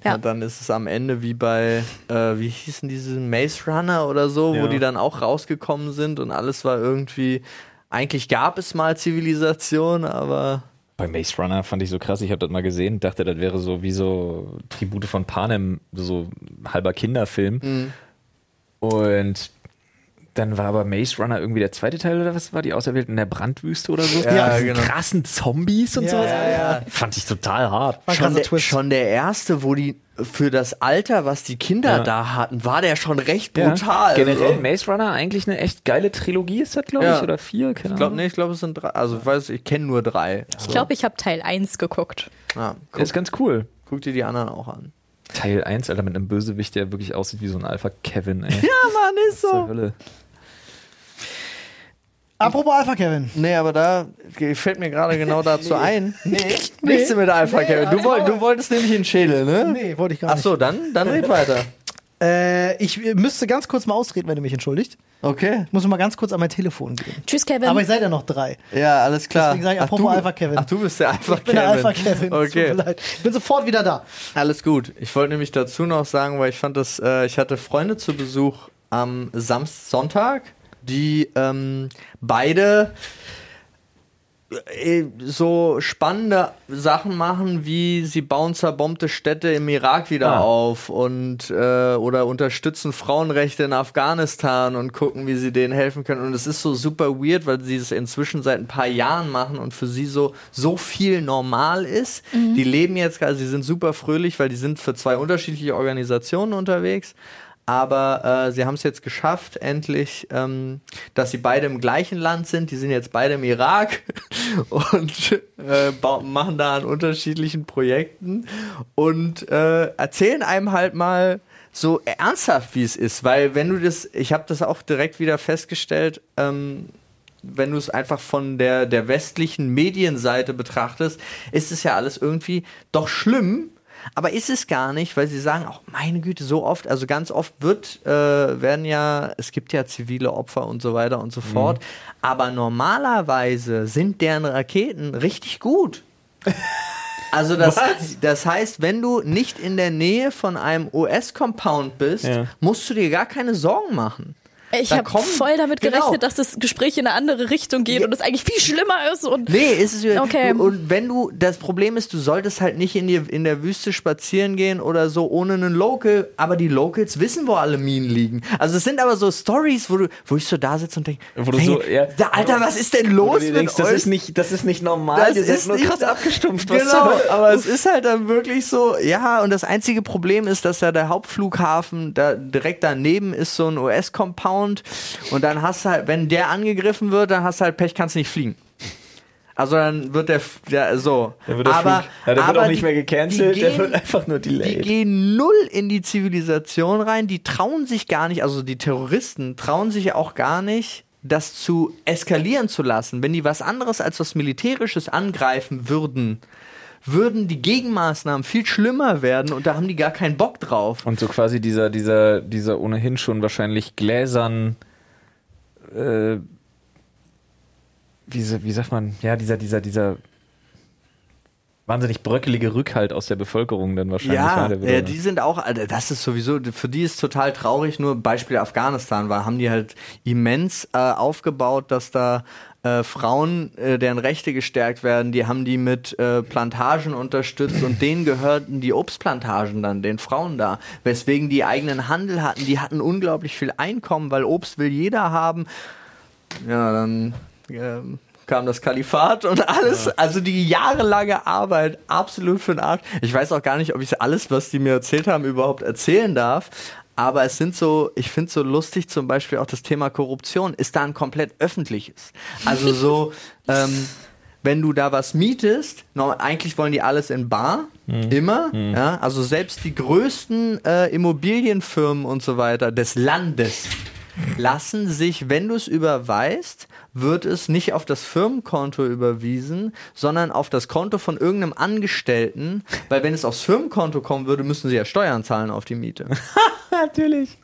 Speaker 3: Ja.
Speaker 2: Und dann ist es am Ende wie bei, äh, wie hießen diese Maze Runner oder so, wo
Speaker 4: Ja.
Speaker 2: die dann auch rausgekommen sind und alles war irgendwie. Eigentlich gab es mal Zivilisation, aber
Speaker 4: Bei Maze Runner fand ich so krass, ich habe das mal gesehen, dachte, das wäre so wie so Tribute von Panem, so halber Kinderfilm.
Speaker 2: Mhm.
Speaker 4: Und dann war aber Maze Runner irgendwie der zweite Teil oder was war die Auserwählten in der Brandwüste oder so?
Speaker 2: Ja,
Speaker 4: Mit diesen
Speaker 2: genau.
Speaker 4: krassen Zombies und
Speaker 1: Ja,
Speaker 4: sowas.
Speaker 1: ja,
Speaker 2: ja.
Speaker 4: Fand ich total hart.
Speaker 1: War ein
Speaker 2: schon
Speaker 1: krasser
Speaker 2: der,
Speaker 1: Twist.
Speaker 2: schon der erste, wo die für das Alter, was die Kinder
Speaker 4: Ja.
Speaker 2: da hatten, war der schon recht
Speaker 4: Ja.
Speaker 2: brutal.
Speaker 4: Generell
Speaker 2: Also,
Speaker 4: Maze Runner eigentlich eine echt geile Trilogie ist das, glaube
Speaker 2: Ja.
Speaker 4: ich, oder vier, keine
Speaker 2: ich
Speaker 4: Ahnung.
Speaker 2: glaube, nee, ich glaube, es sind drei. Also ich weiß, ich kenne nur drei.
Speaker 3: Ich glaube, ich habe Teil 1 geguckt.
Speaker 2: Ja,
Speaker 4: Der
Speaker 2: guck,
Speaker 4: Ist ganz cool.
Speaker 2: guck dir die anderen auch an.
Speaker 4: Teil 1, Alter, mit einem Bösewicht, der wirklich aussieht wie so ein Alpha-Kevin, ey.
Speaker 2: Ja, Mann, ist
Speaker 4: Was
Speaker 2: so.
Speaker 4: zur Hölle.
Speaker 2: e-
Speaker 1: Apropos Alpha Kevin.
Speaker 2: Nee, aber da ge- fällt mir gerade genau dazu ein. Nee. Nichts mit Alpha Kevin. Du, woll, du wolltest nämlich einen Schädel, ne?
Speaker 1: Nee, wollte ich gar
Speaker 2: Ach
Speaker 1: nicht.
Speaker 2: so, dann, dann red weiter.
Speaker 1: Äh, ich äh, müsste ganz kurz mal ausreden, wenn du mich entschuldigt.
Speaker 2: Okay.
Speaker 1: Ich muss mal ganz kurz an mein Telefon gehen.
Speaker 3: Tschüss, Kevin.
Speaker 1: Aber ihr seid ja noch drei.
Speaker 2: Ja, alles klar.
Speaker 1: Deswegen sag ich apropos Alpha Kevin.
Speaker 2: Ach, du bist der Alpha
Speaker 1: Ich bin der Alpha Kevin. es Tut mir
Speaker 2: Okay,
Speaker 1: leid. Ich bin sofort wieder da.
Speaker 2: alles gut. Ich wollte nämlich dazu noch sagen, weil ich fand das, äh, ich hatte Freunde zu Besuch am Samst Sonntag, die ähm, beide äh, so spannende Sachen machen, wie sie bauen zerbombte Städte im Irak wieder
Speaker 4: Ah.
Speaker 2: auf und äh, oder unterstützen Frauenrechte in Afghanistan und gucken, wie sie denen helfen können. Und es ist so super weird, weil sie es inzwischen seit ein paar Jahren machen und für sie so so viel normal ist. Die leben jetzt, also sie sind super fröhlich, weil die sind für zwei unterschiedliche Organisationen unterwegs. Aber äh, sie haben es jetzt geschafft, endlich, ähm, dass sie beide im gleichen Land sind. Die sind jetzt beide im Irak und äh, ba- machen da an unterschiedlichen Projekten und äh, erzählen einem halt mal so ernsthaft, wie es ist. Weil wenn du das, ich habe das auch direkt wieder festgestellt, ähm, wenn du es einfach von der, der westlichen Medienseite betrachtest, ist es ja alles irgendwie doch schlimm. Aber ist es gar nicht, weil sie sagen, auch meine Güte, so oft, also ganz oft wird, äh, werden ja, es gibt ja zivile Opfer und so weiter und so fort. Aber normalerweise sind deren Raketen richtig gut. Also das, das heißt, wenn du nicht in der Nähe von einem US-Compound bist,
Speaker 4: Ja.
Speaker 2: musst du dir gar keine Sorgen machen.
Speaker 3: Ich
Speaker 2: Da
Speaker 3: habe
Speaker 2: kommen-
Speaker 3: voll damit
Speaker 2: Genau.
Speaker 3: gerechnet, dass das Gespräch in eine andere Richtung geht
Speaker 2: Ja.
Speaker 3: und es eigentlich viel schlimmer ist. Und
Speaker 2: Nee, ist es wieder.
Speaker 3: Okay.
Speaker 2: Du, und wenn du, das Problem ist, du solltest halt nicht in, die, in der Wüste spazieren gehen oder so ohne einen Local, aber die Locals wissen, wo alle Minen liegen. Also es sind aber so Stories, wo, du, wo ich so da sitze und denke,
Speaker 4: Wo du so, ja.
Speaker 2: Alter, was ist denn los
Speaker 4: du dir
Speaker 2: mit
Speaker 4: denkst, das
Speaker 2: euch?
Speaker 4: ist nicht, das ist nicht normal,
Speaker 2: Das
Speaker 4: die sind
Speaker 2: ist
Speaker 4: nur
Speaker 2: nicht-
Speaker 4: krass abgestumpft. was
Speaker 2: Genau,
Speaker 4: soll-
Speaker 2: aber es ist halt dann wirklich so, ja, und das einzige Problem ist, dass ja der Hauptflughafen, da direkt daneben ist so ein US-Compound und dann hast du halt, wenn der angegriffen wird, dann hast du halt Pech, kannst nicht fliegen. Also dann wird der, F- der so.
Speaker 4: Dann wird der
Speaker 2: aber,
Speaker 4: Flug- ja, der wird
Speaker 2: aber
Speaker 4: auch nicht mehr gecancelt,
Speaker 2: die
Speaker 4: der
Speaker 2: gehen-
Speaker 4: wird einfach nur
Speaker 2: die
Speaker 4: delayed.
Speaker 2: gehen null in die Zivilisation rein, die trauen sich gar nicht, also die Terroristen trauen sich auch gar nicht, das zu eskalieren zu lassen. Wenn die was anderes als was Militärisches angreifen würden, würden die Gegenmaßnahmen viel schlimmer werden und da haben die gar keinen Bock drauf.
Speaker 4: Und so quasi dieser, dieser, dieser ohnehin schon wahrscheinlich gläsern, äh, wie, sa- wie sagt man, ja, dieser, dieser, dieser wahnsinnig bröckelige Rückhalt aus der Bevölkerung dann wahrscheinlich.
Speaker 2: Ja,
Speaker 4: der
Speaker 2: ja,
Speaker 4: wieder-
Speaker 2: die sind auch, also das ist sowieso, für die ist total traurig, nur Beispiel Afghanistan war, haben die halt immens äh, aufgebaut, dass da äh, Frauen, äh, deren Rechte gestärkt werden, die haben die mit äh, Plantagen unterstützt und denen gehörten die Obstplantagen dann, den Frauen da, weswegen die eigenen Handel hatten, die hatten unglaublich viel Einkommen, weil Obst will jeder haben. Ja, dann ähm, kam das Kalifat und alles, also die jahrelange Arbeit, absolut für den Arsch. Ich weiß auch gar nicht, ob ich alles, was die mir erzählt haben, überhaupt erzählen darf. Aber es sind so, ich finde so lustig zum Beispiel auch das Thema Korruption ist da ein komplett öffentliches. Also so, ähm, wenn du da was mietest, no, eigentlich wollen die alles in Bar, immer. Ja? Also selbst die größten äh, Immobilienfirmen und so weiter des Landes lassen sich, wenn du es überweist, wird es nicht auf das Firmenkonto überwiesen, sondern auf das Konto von irgendeinem Angestellten, weil wenn es aufs Firmenkonto kommen würde, müssen sie ja Steuern zahlen auf die Miete.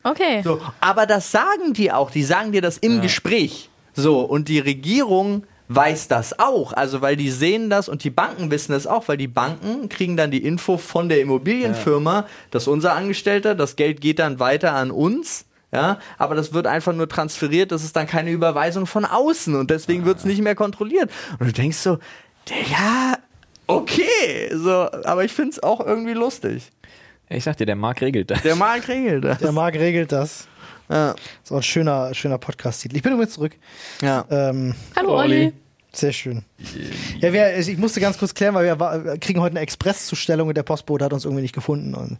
Speaker 3: okay.
Speaker 2: So, aber das sagen die auch, die sagen dir das im Gespräch. So, und die Regierung weiß das auch, also weil die sehen das und die Banken wissen das auch, weil die Banken kriegen dann die Info von der Immobilienfirma, dass unser Angestellter, das Geld geht dann weiter an uns. Ja, aber das wird einfach nur transferiert, das ist dann keine Überweisung von außen und deswegen wird es nicht mehr kontrolliert. Und du denkst so, ja, okay, so, aber ich finde es auch irgendwie lustig.
Speaker 4: Ich sag dir, der Marc regelt das.
Speaker 2: Der Markt regelt das.
Speaker 1: Der Marc regelt das.
Speaker 2: Ja,
Speaker 1: Ist auch ein schöner, schöner Podcast-Titel. Ich bin übrigens zurück.
Speaker 2: ja.
Speaker 1: Ähm,
Speaker 3: Hallo,
Speaker 4: Olli.
Speaker 3: Olli.
Speaker 1: sehr schön.
Speaker 4: Äh,
Speaker 1: Ja, wir, also ich musste ganz kurz klären, weil wir wa- wir kriegen heute eine Expresszustellung und der Postbote hat uns irgendwie nicht gefunden. Und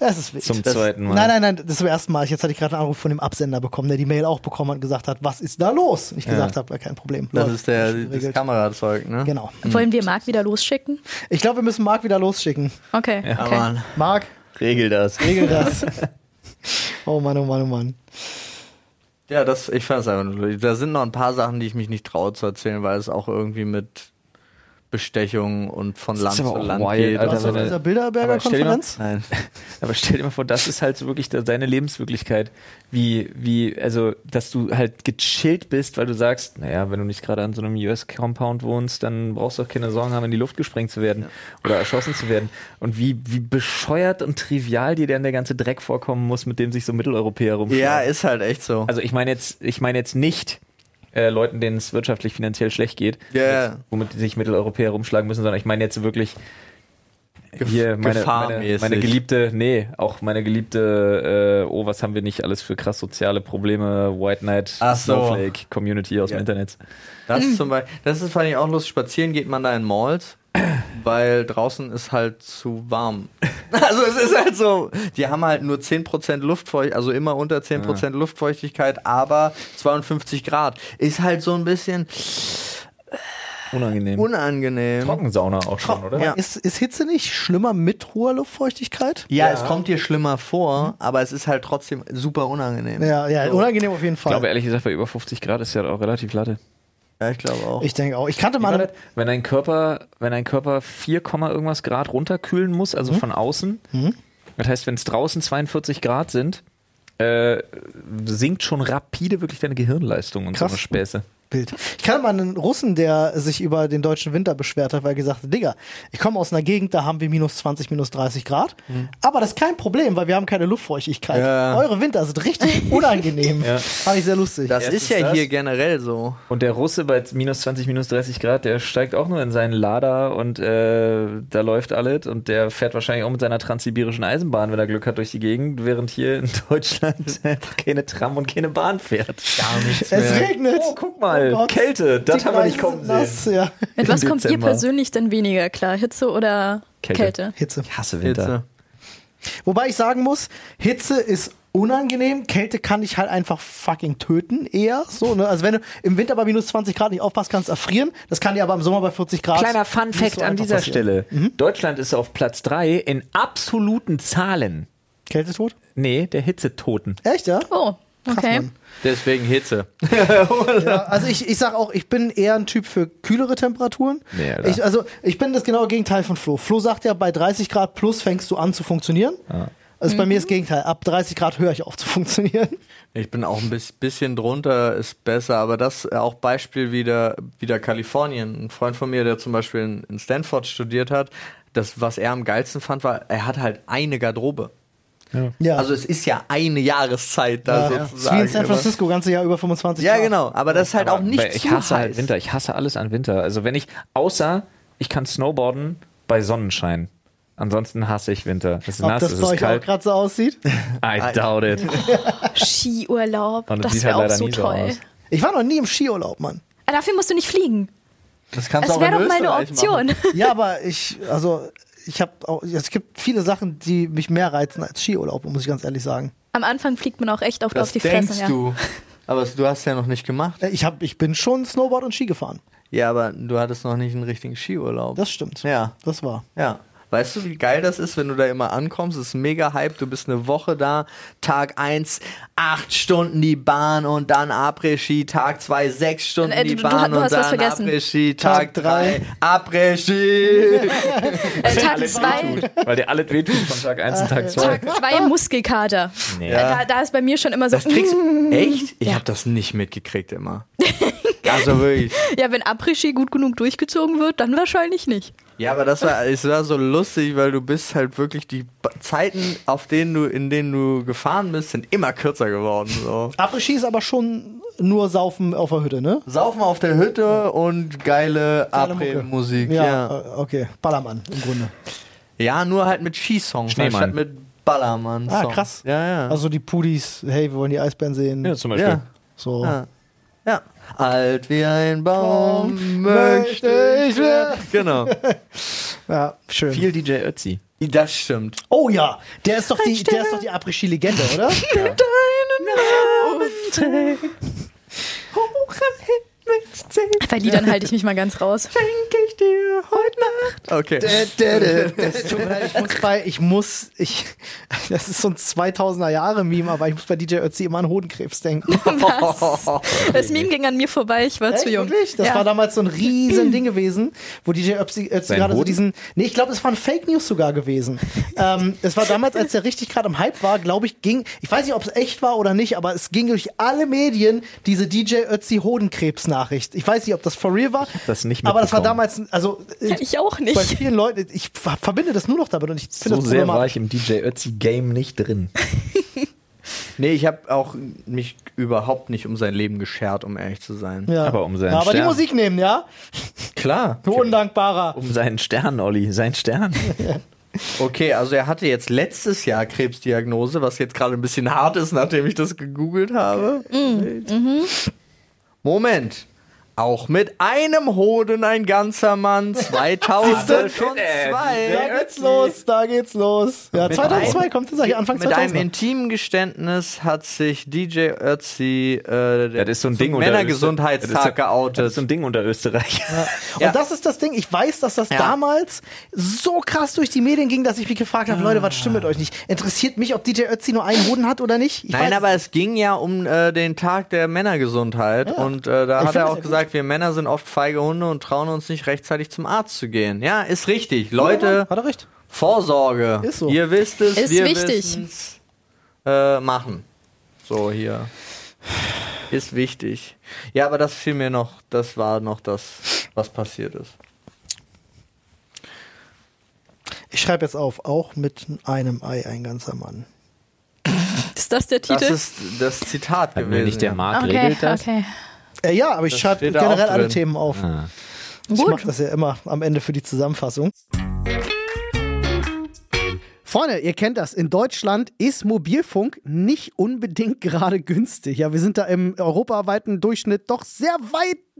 Speaker 1: das ist wild.
Speaker 4: Zum
Speaker 2: Das-
Speaker 4: zweiten Mal.
Speaker 1: Nein, nein, nein, das ist zum ersten Mal. Jetzt hatte ich gerade einen Anruf von dem Absender bekommen, der die Mail auch bekommen hat und gesagt hat, was ist da los? Und ich gesagt habe, kein Problem.
Speaker 2: Das
Speaker 1: läuft,
Speaker 2: ist der,
Speaker 1: schon
Speaker 2: das
Speaker 1: geregelt.
Speaker 2: Kamerazeug, ne?
Speaker 1: Genau.
Speaker 3: Wollen wir Marc wieder losschicken?
Speaker 1: Ich glaube, wir müssen Marc wieder losschicken.
Speaker 3: Okay.
Speaker 2: Ja,
Speaker 3: okay.
Speaker 2: Mann.
Speaker 1: Marc,
Speaker 2: Regel das.
Speaker 1: regel das. oh Mann, oh Mann, oh Mann.
Speaker 2: Ja, das, ich fand es einfach nur lustig. Da sind noch ein paar Sachen, die ich mich nicht traue zu erzählen, weil es auch irgendwie mit Bestechung und von
Speaker 4: Das
Speaker 2: Land
Speaker 4: ist
Speaker 2: zu
Speaker 4: aber auch
Speaker 2: Land
Speaker 4: wild,
Speaker 2: geht.
Speaker 4: Alter,
Speaker 1: Warst du auf
Speaker 4: wenn du-
Speaker 1: dieser
Speaker 4: aber stell dir mal-
Speaker 1: Bilderberger-Konferenz?
Speaker 2: Nein.
Speaker 4: Aber stell dir mal vor, das ist halt so wirklich de- deine Lebenswirklichkeit. Wie, wie, also, dass du halt gechillt bist, weil du sagst, naja, wenn du nicht gerade an so einem US-Compound wohnst, dann brauchst du auch keine Sorgen haben, in die Luft gesprengt zu werden oder erschossen zu werden. Und wie, wie bescheuert und trivial dir dann der ganze Dreck vorkommen muss, mit dem sich so Mitteleuropäer rumschlagen.
Speaker 2: Ja, ist halt echt so.
Speaker 4: Also ich meine jetzt, ich meine jetzt nicht, äh, Leuten, denen es wirtschaftlich, finanziell schlecht geht,
Speaker 2: Ja, ja.
Speaker 4: jetzt, womit die sich Mitteleuropäer rumschlagen müssen, sondern ich meine jetzt wirklich hier meine, meine,
Speaker 2: gefahrmäßig.
Speaker 4: meine geliebte, nee, auch meine geliebte, äh, oh, was haben wir nicht alles für krass soziale Probleme, White Knight,
Speaker 2: Ach so.
Speaker 4: Snowflake, Community aus
Speaker 2: Ja.
Speaker 4: dem Internet.
Speaker 2: Das zum Beispiel, das ist, fand ich auch lustig. Spazieren geht man da in Malls, weil draußen ist halt zu warm. Also es ist halt so, die haben halt nur 10% Luftfeuchtigkeit, also immer unter 10% Luftfeuchtigkeit, aber 52 Grad. Ist halt so ein bisschen
Speaker 4: Unangenehm.
Speaker 2: unangenehm.
Speaker 4: Trockensauna auch schon, oder?
Speaker 2: Ja.
Speaker 1: Ist, ist Hitze nicht schlimmer mit hoher Luftfeuchtigkeit?
Speaker 2: Ja, es kommt dir schlimmer vor, aber es ist halt trotzdem super unangenehm.
Speaker 1: Ja, ja,
Speaker 2: so.
Speaker 1: unangenehm auf jeden
Speaker 4: Ich
Speaker 1: Fall.
Speaker 4: glaube ehrlich gesagt, bei über 50 Grad ist ja auch relativ latte.
Speaker 2: ja ich glaube auch.
Speaker 1: ich denke auch. Ich kannte
Speaker 4: Wie war
Speaker 1: mal.
Speaker 4: das? Wenn dein Körper, wenn dein Körper 4, Komma irgendwas Grad runterkühlen muss, also von außen, das heißt, wenn es draußen 42 Grad sind, äh, sinkt schon rapide wirklich deine Gehirnleistung und so
Speaker 1: Krass.
Speaker 4: eine Späße.
Speaker 1: Bild. Ich kannte mal einen Russen, der sich über den deutschen Winter beschwert hat, weil er gesagt hat, Digga, ich komme aus einer Gegend, da haben wir minus 20, minus 30 Grad.
Speaker 4: Mhm.
Speaker 1: Aber das ist kein Problem, weil wir haben keine Luftfeuchtigkeit.
Speaker 2: Ja.
Speaker 1: Eure Winter sind richtig unangenehm. Fand ich sehr lustig.
Speaker 2: das
Speaker 4: Erstens
Speaker 2: ist ja
Speaker 4: das.
Speaker 2: hier generell so.
Speaker 4: Und der Russe bei minus 20, minus 30 Grad, der steigt auch nur in seinen Lader und äh, da läuft alles und der fährt wahrscheinlich auch mit seiner transsibirischen Eisenbahn, wenn er Glück hat, durch die Gegend, während hier in Deutschland einfach keine Tram und keine Bahn fährt.
Speaker 2: Gar nichts
Speaker 1: es regnet.
Speaker 4: Oh, guck mal,
Speaker 1: Oh Gott.
Speaker 4: Kälte, das
Speaker 1: Die
Speaker 4: haben wir nicht
Speaker 1: Gleise
Speaker 4: kommen
Speaker 1: sind
Speaker 4: sehen.
Speaker 1: nass, Ja.
Speaker 3: Mit
Speaker 4: Im
Speaker 3: was kommt ihr
Speaker 4: Dezember.
Speaker 3: persönlich denn weniger klar? Hitze oder
Speaker 4: Kälte.
Speaker 3: Kälte?
Speaker 1: Hitze.
Speaker 4: Ich hasse
Speaker 2: Hitze.
Speaker 1: Wobei ich sagen muss, Hitze ist unangenehm, Kälte kann dich halt einfach fucking töten eher. So, ne? Also wenn du im Winter bei minus 20 Grad nicht aufpasst, kannst du erfrieren. Das kann dir aber im Sommer bei 40 Grad.
Speaker 4: Kleiner Fun
Speaker 1: nicht
Speaker 4: Fact
Speaker 1: so
Speaker 4: an
Speaker 1: einfach
Speaker 4: dieser
Speaker 1: passieren. Mhm.
Speaker 4: Stelle. Deutschland ist auf Platz 3 in absoluten Zahlen.
Speaker 1: Kältetod?
Speaker 4: Nee, der Hitzetoten.
Speaker 1: Echt, ja?
Speaker 3: Oh,
Speaker 1: Krass,
Speaker 3: okay.
Speaker 1: Mann.
Speaker 2: Deswegen Hitze.
Speaker 1: Ja, also ich, ich sag auch, ich bin eher ein Typ für kühlere Temperaturen.
Speaker 4: Nee, Alter.
Speaker 1: ich, also ich bin das genaue Gegenteil von Flo. Flo sagt ja, bei 30 Grad plus fängst du an zu funktionieren.
Speaker 4: Ah.
Speaker 1: Also bei mir ist das Gegenteil. Ab 30 Grad höre ich auf zu funktionieren.
Speaker 2: Ich bin auch ein bis- bisschen drunter, ist besser, aber das äh, auch Beispiel wieder, wieder Kalifornien. Ein Freund von mir, der zum Beispiel in, in Stanford studiert hat, das, was er am geilsten fand, war, er hat halt eine Garderobe.
Speaker 1: Ja.
Speaker 2: Also es ist ja eine Jahreszeit da
Speaker 1: ja. Ist
Speaker 2: sozusagen.
Speaker 1: wie in San
Speaker 2: immer.
Speaker 1: Francisco, ganze Jahr über 25
Speaker 2: Ja,
Speaker 1: Grad.
Speaker 2: genau, aber das ist halt auch nicht
Speaker 4: Weil ich
Speaker 2: zu
Speaker 4: hasse halt
Speaker 2: heiß.
Speaker 4: Winter. Ich hasse alles an Winter. Also wenn ich, außer ich kann Snowboarden bei Sonnenschein. Ansonsten hasse ich Winter. Es ist
Speaker 1: Ob
Speaker 4: nass,
Speaker 1: das
Speaker 4: es
Speaker 1: bei
Speaker 4: ist
Speaker 1: euch auch
Speaker 4: kalt.
Speaker 1: gerade so aussieht?
Speaker 4: I doubt it.
Speaker 3: Skiurlaub,
Speaker 4: Und es
Speaker 3: das
Speaker 4: sieht
Speaker 3: wäre
Speaker 4: halt
Speaker 3: auch
Speaker 4: leider
Speaker 3: so
Speaker 4: nie so
Speaker 3: toll.
Speaker 4: aus.
Speaker 1: Ich war noch nie im Skiurlaub, Mann.
Speaker 3: Ah, Dafür musst du nicht fliegen.
Speaker 2: Das kannst du
Speaker 3: Es
Speaker 2: auch
Speaker 3: wäre
Speaker 2: in
Speaker 3: doch mal eine
Speaker 2: Österreich
Speaker 3: Option.
Speaker 2: Machen.
Speaker 1: Ja, aber ich, also ich habe auch, es gibt viele Sachen, die mich mehr reizen als Skiurlaub, muss ich ganz ehrlich sagen.
Speaker 3: Am Anfang fliegt man auch echt auf,
Speaker 2: Das
Speaker 3: auf die
Speaker 2: denkst
Speaker 3: Fresse. Ja.
Speaker 2: du. Aber du hast ja noch nicht gemacht.
Speaker 1: Äh, Ich hab, ich bin schon Snowboard und Ski gefahren.
Speaker 2: Ja, aber du hattest noch nicht einen richtigen Skiurlaub.
Speaker 1: Das stimmt.
Speaker 2: Ja.
Speaker 1: Das war.
Speaker 2: Ja. Weißt du, wie geil das ist, wenn du da immer ankommst? Es ist mega Hype, du bist eine Woche da, Tag 1, 8 Stunden die Bahn und dann Après-Ski, Tag 2, 6 Stunden
Speaker 3: Äh,
Speaker 2: die
Speaker 3: du- du-
Speaker 2: Bahn
Speaker 3: du
Speaker 2: und
Speaker 3: hast was
Speaker 2: dann
Speaker 3: vergessen.
Speaker 2: Après-Ski, Tag
Speaker 1: Tag
Speaker 2: 3, Après-Ski.
Speaker 3: Äh, Tag
Speaker 4: Alles
Speaker 3: 2
Speaker 4: wehtut. Weil dir alles wehtut von Tag 1 und
Speaker 1: Äh,
Speaker 4: Tag 2.
Speaker 3: Tag zwei Muskelkater. Äh, Da, da ist bei mir schon immer so,
Speaker 2: Das kriegst
Speaker 3: mm,
Speaker 2: du, echt? Ich hab das nicht mitgekriegt immer. Also wirklich.
Speaker 3: ja, wenn Après-Ski gut genug durchgezogen wird, dann wahrscheinlich nicht.
Speaker 2: Ja, aber das war, es war so lustig, weil du bist halt wirklich die Ba- Zeiten, auf denen du, in denen du gefahren bist, sind immer kürzer geworden. So.
Speaker 1: Après-Ski ist aber schon nur Saufen auf der Hütte, ne?
Speaker 2: Saufen auf der Hütte und geile
Speaker 1: Geile Mucke.
Speaker 2: Abre-Musik.
Speaker 1: Ja,
Speaker 2: Ja.
Speaker 1: äh, okay. Ballermann im Grunde.
Speaker 2: ja, nur halt mit Skisongs,
Speaker 4: Schneemann.
Speaker 2: anstatt mit Ballermann.
Speaker 1: Ah, krass.
Speaker 2: Ja, ja.
Speaker 1: Also die Pudis, hey, wir wollen die Eisbären sehen.
Speaker 4: Ja, zum Beispiel.
Speaker 2: ja.
Speaker 1: So.
Speaker 2: Ja. ja. Alt wie ein Baum möchte
Speaker 1: möchte
Speaker 2: ich werden. Genau.
Speaker 1: Ja, schön.
Speaker 4: Viel DJ Ötzi.
Speaker 2: Das stimmt.
Speaker 1: Oh ja, der ist doch die, der ist doch die Après-Ski-Legende, oder?
Speaker 3: Bei Liedern halte ich mich mal ganz raus.
Speaker 2: Okay.
Speaker 1: Es tut mir leid, Ich muss bei, ich muss, ich, das ist so ein 2000er Jahre Meme, aber ich muss bei DJ Ötzi immer an Hodenkrebs denken.
Speaker 3: Das Meme ging an mir vorbei, ich war zu
Speaker 1: Echt,
Speaker 3: jung.
Speaker 1: wirklich? Das
Speaker 3: ja.
Speaker 1: war damals so ein riesen Ding gewesen, wo DJ Ötzi, Ötzi
Speaker 4: Sein
Speaker 1: gerade so
Speaker 4: Hoden?
Speaker 1: diesen, nee, ich glaube, es waren Fake News sogar gewesen. ähm, es war damals, als der richtig gerade im Hype war, glaube ich, ging, ich weiß nicht, ob es echt war oder nicht, aber es ging durch alle Medien diese DJ Ötzi Hodenkrebs-Nachricht. Ich weiß nicht, ob das for real war.
Speaker 4: das nicht
Speaker 1: Aber das war
Speaker 4: mitbekommen.
Speaker 1: damals, also, äh,
Speaker 3: ich auch
Speaker 1: bei
Speaker 3: nicht.
Speaker 1: vielen Leuten, ich ver- verbinde das nur noch damit und ich finde
Speaker 4: So
Speaker 1: das
Speaker 4: sehr war
Speaker 1: problematisch.
Speaker 4: ich im DJ Ötzi Game nicht drin.
Speaker 2: Nee, ich habe auch mich überhaupt nicht um sein Leben geschert, um ehrlich zu sein.
Speaker 5: Ja.
Speaker 4: Aber um seinen
Speaker 5: ja, aber die
Speaker 4: Stern.
Speaker 5: Musik nehmen, ja?
Speaker 2: Klar.
Speaker 5: Du Undankbarer.
Speaker 4: Um seinen Stern, Olli, sein Stern.
Speaker 2: Okay, also er hatte jetzt letztes Jahr Krebsdiagnose, was jetzt gerade ein bisschen hart ist, nachdem ich das gegoogelt habe. Moment. Auch mit einem Hoden ein ganzer Mann 2002.
Speaker 5: Da geht's los, da geht's los. Ja, 2002 kommt das hier Anfang
Speaker 2: Mit einem
Speaker 5: 2000.
Speaker 2: intimen Geständnis hat sich DJ Ötzi äh, der
Speaker 4: Das ist so ein
Speaker 2: zum
Speaker 4: Ding unter das
Speaker 2: Männergesundheitstag
Speaker 4: ist so- Das ist
Speaker 2: geoutet.
Speaker 4: so ein Ding unter Österreich.
Speaker 5: Und
Speaker 2: Ja.
Speaker 5: das ist das Ding. Ich weiß, dass das
Speaker 2: Ja.
Speaker 5: damals so krass durch die Medien ging, dass ich mich gefragt habe, Leute, was
Speaker 2: Ah.
Speaker 5: stimmt mit euch nicht? Interessiert mich, ob DJ Ötzi nur einen Hoden hat oder nicht? Ich
Speaker 2: Nein,
Speaker 5: weiß-
Speaker 2: aber es ging ja um äh, den Tag der Männergesundheit und äh, da
Speaker 5: Ich
Speaker 2: hat
Speaker 5: find
Speaker 2: er
Speaker 5: das
Speaker 2: auch
Speaker 5: ja
Speaker 2: gesagt, wir Männer sind oft feige Hunde und trauen uns nicht rechtzeitig zum Arzt zu gehen. Ja, ist richtig. Leute,
Speaker 5: Hat er recht?
Speaker 2: Vorsorge.
Speaker 5: Ist so.
Speaker 2: Ihr wisst es,
Speaker 3: Ist
Speaker 2: wir
Speaker 3: wichtig.
Speaker 2: wissen's. Äh, machen. So hier. Ist wichtig. Ja, aber das fiel mir noch, das war noch das, was passiert ist.
Speaker 5: Ich schreibe jetzt auf, auch mit einem Ei ein ganzer Mann.
Speaker 3: Ist das der
Speaker 2: Das
Speaker 3: Titel?
Speaker 2: ist das Zitat
Speaker 4: Hat mir
Speaker 2: gewesen.
Speaker 4: nicht der
Speaker 2: ja.
Speaker 4: Markt
Speaker 3: okay,
Speaker 4: regelt das?
Speaker 3: okay.
Speaker 5: Äh, ja, aber ich
Speaker 2: Das
Speaker 5: schreibe
Speaker 2: steht da auch
Speaker 5: generell alle
Speaker 2: drin.
Speaker 5: Themen auf.
Speaker 4: Ah.
Speaker 5: Ich
Speaker 3: Gut.
Speaker 5: mache das ja immer am Ende für die Zusammenfassung.
Speaker 1: Freunde, ihr kennt das. In Deutschland ist Mobilfunk nicht unbedingt gerade günstig. Ja, wir sind da im europaweiten Durchschnitt doch sehr weit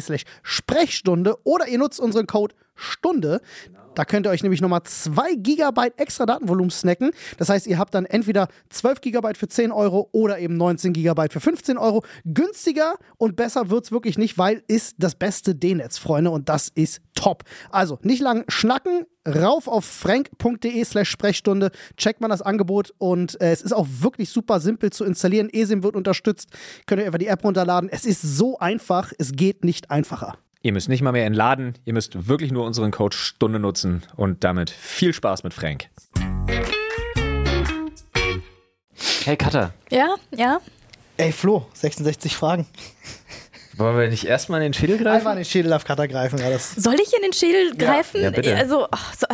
Speaker 1: slash Sprechstunde oder ihr nutzt unseren Code Stunde. Da könnt ihr euch nämlich nochmal 2 GB extra Datenvolumen snacken. Das heißt, ihr habt dann entweder 12 GB für 10 Euro oder eben 19 GB für 15 Euro. Günstiger und besser wird's wirklich nicht, weil ist das beste D-Netz, Freunde, und das ist top. Also nicht lang schnacken, rauf auf frank.de slash Sprechstunde, checkt man das Angebot und äh, es ist auch wirklich super simpel zu installieren. ESIM wird unterstützt, könnt ihr einfach die App runterladen. Es ist so einfach, es geht nicht einfacher.
Speaker 6: ihr müsst nicht mal mehr entladen, ihr müsst wirklich nur unseren Code Stunde nutzen. Und damit viel Spaß mit Frank.
Speaker 4: Hey Cutter,
Speaker 3: Ja, ja.
Speaker 5: Ey, Flo, 66 Fragen.
Speaker 4: wollen wir nicht erstmal in den Schädel greifen?
Speaker 5: Einfach in den Schädel auf Cutter greifen. Ja, das
Speaker 3: Soll ich in den Schädel greifen?
Speaker 4: ja, bitte.
Speaker 3: Also, ach, so,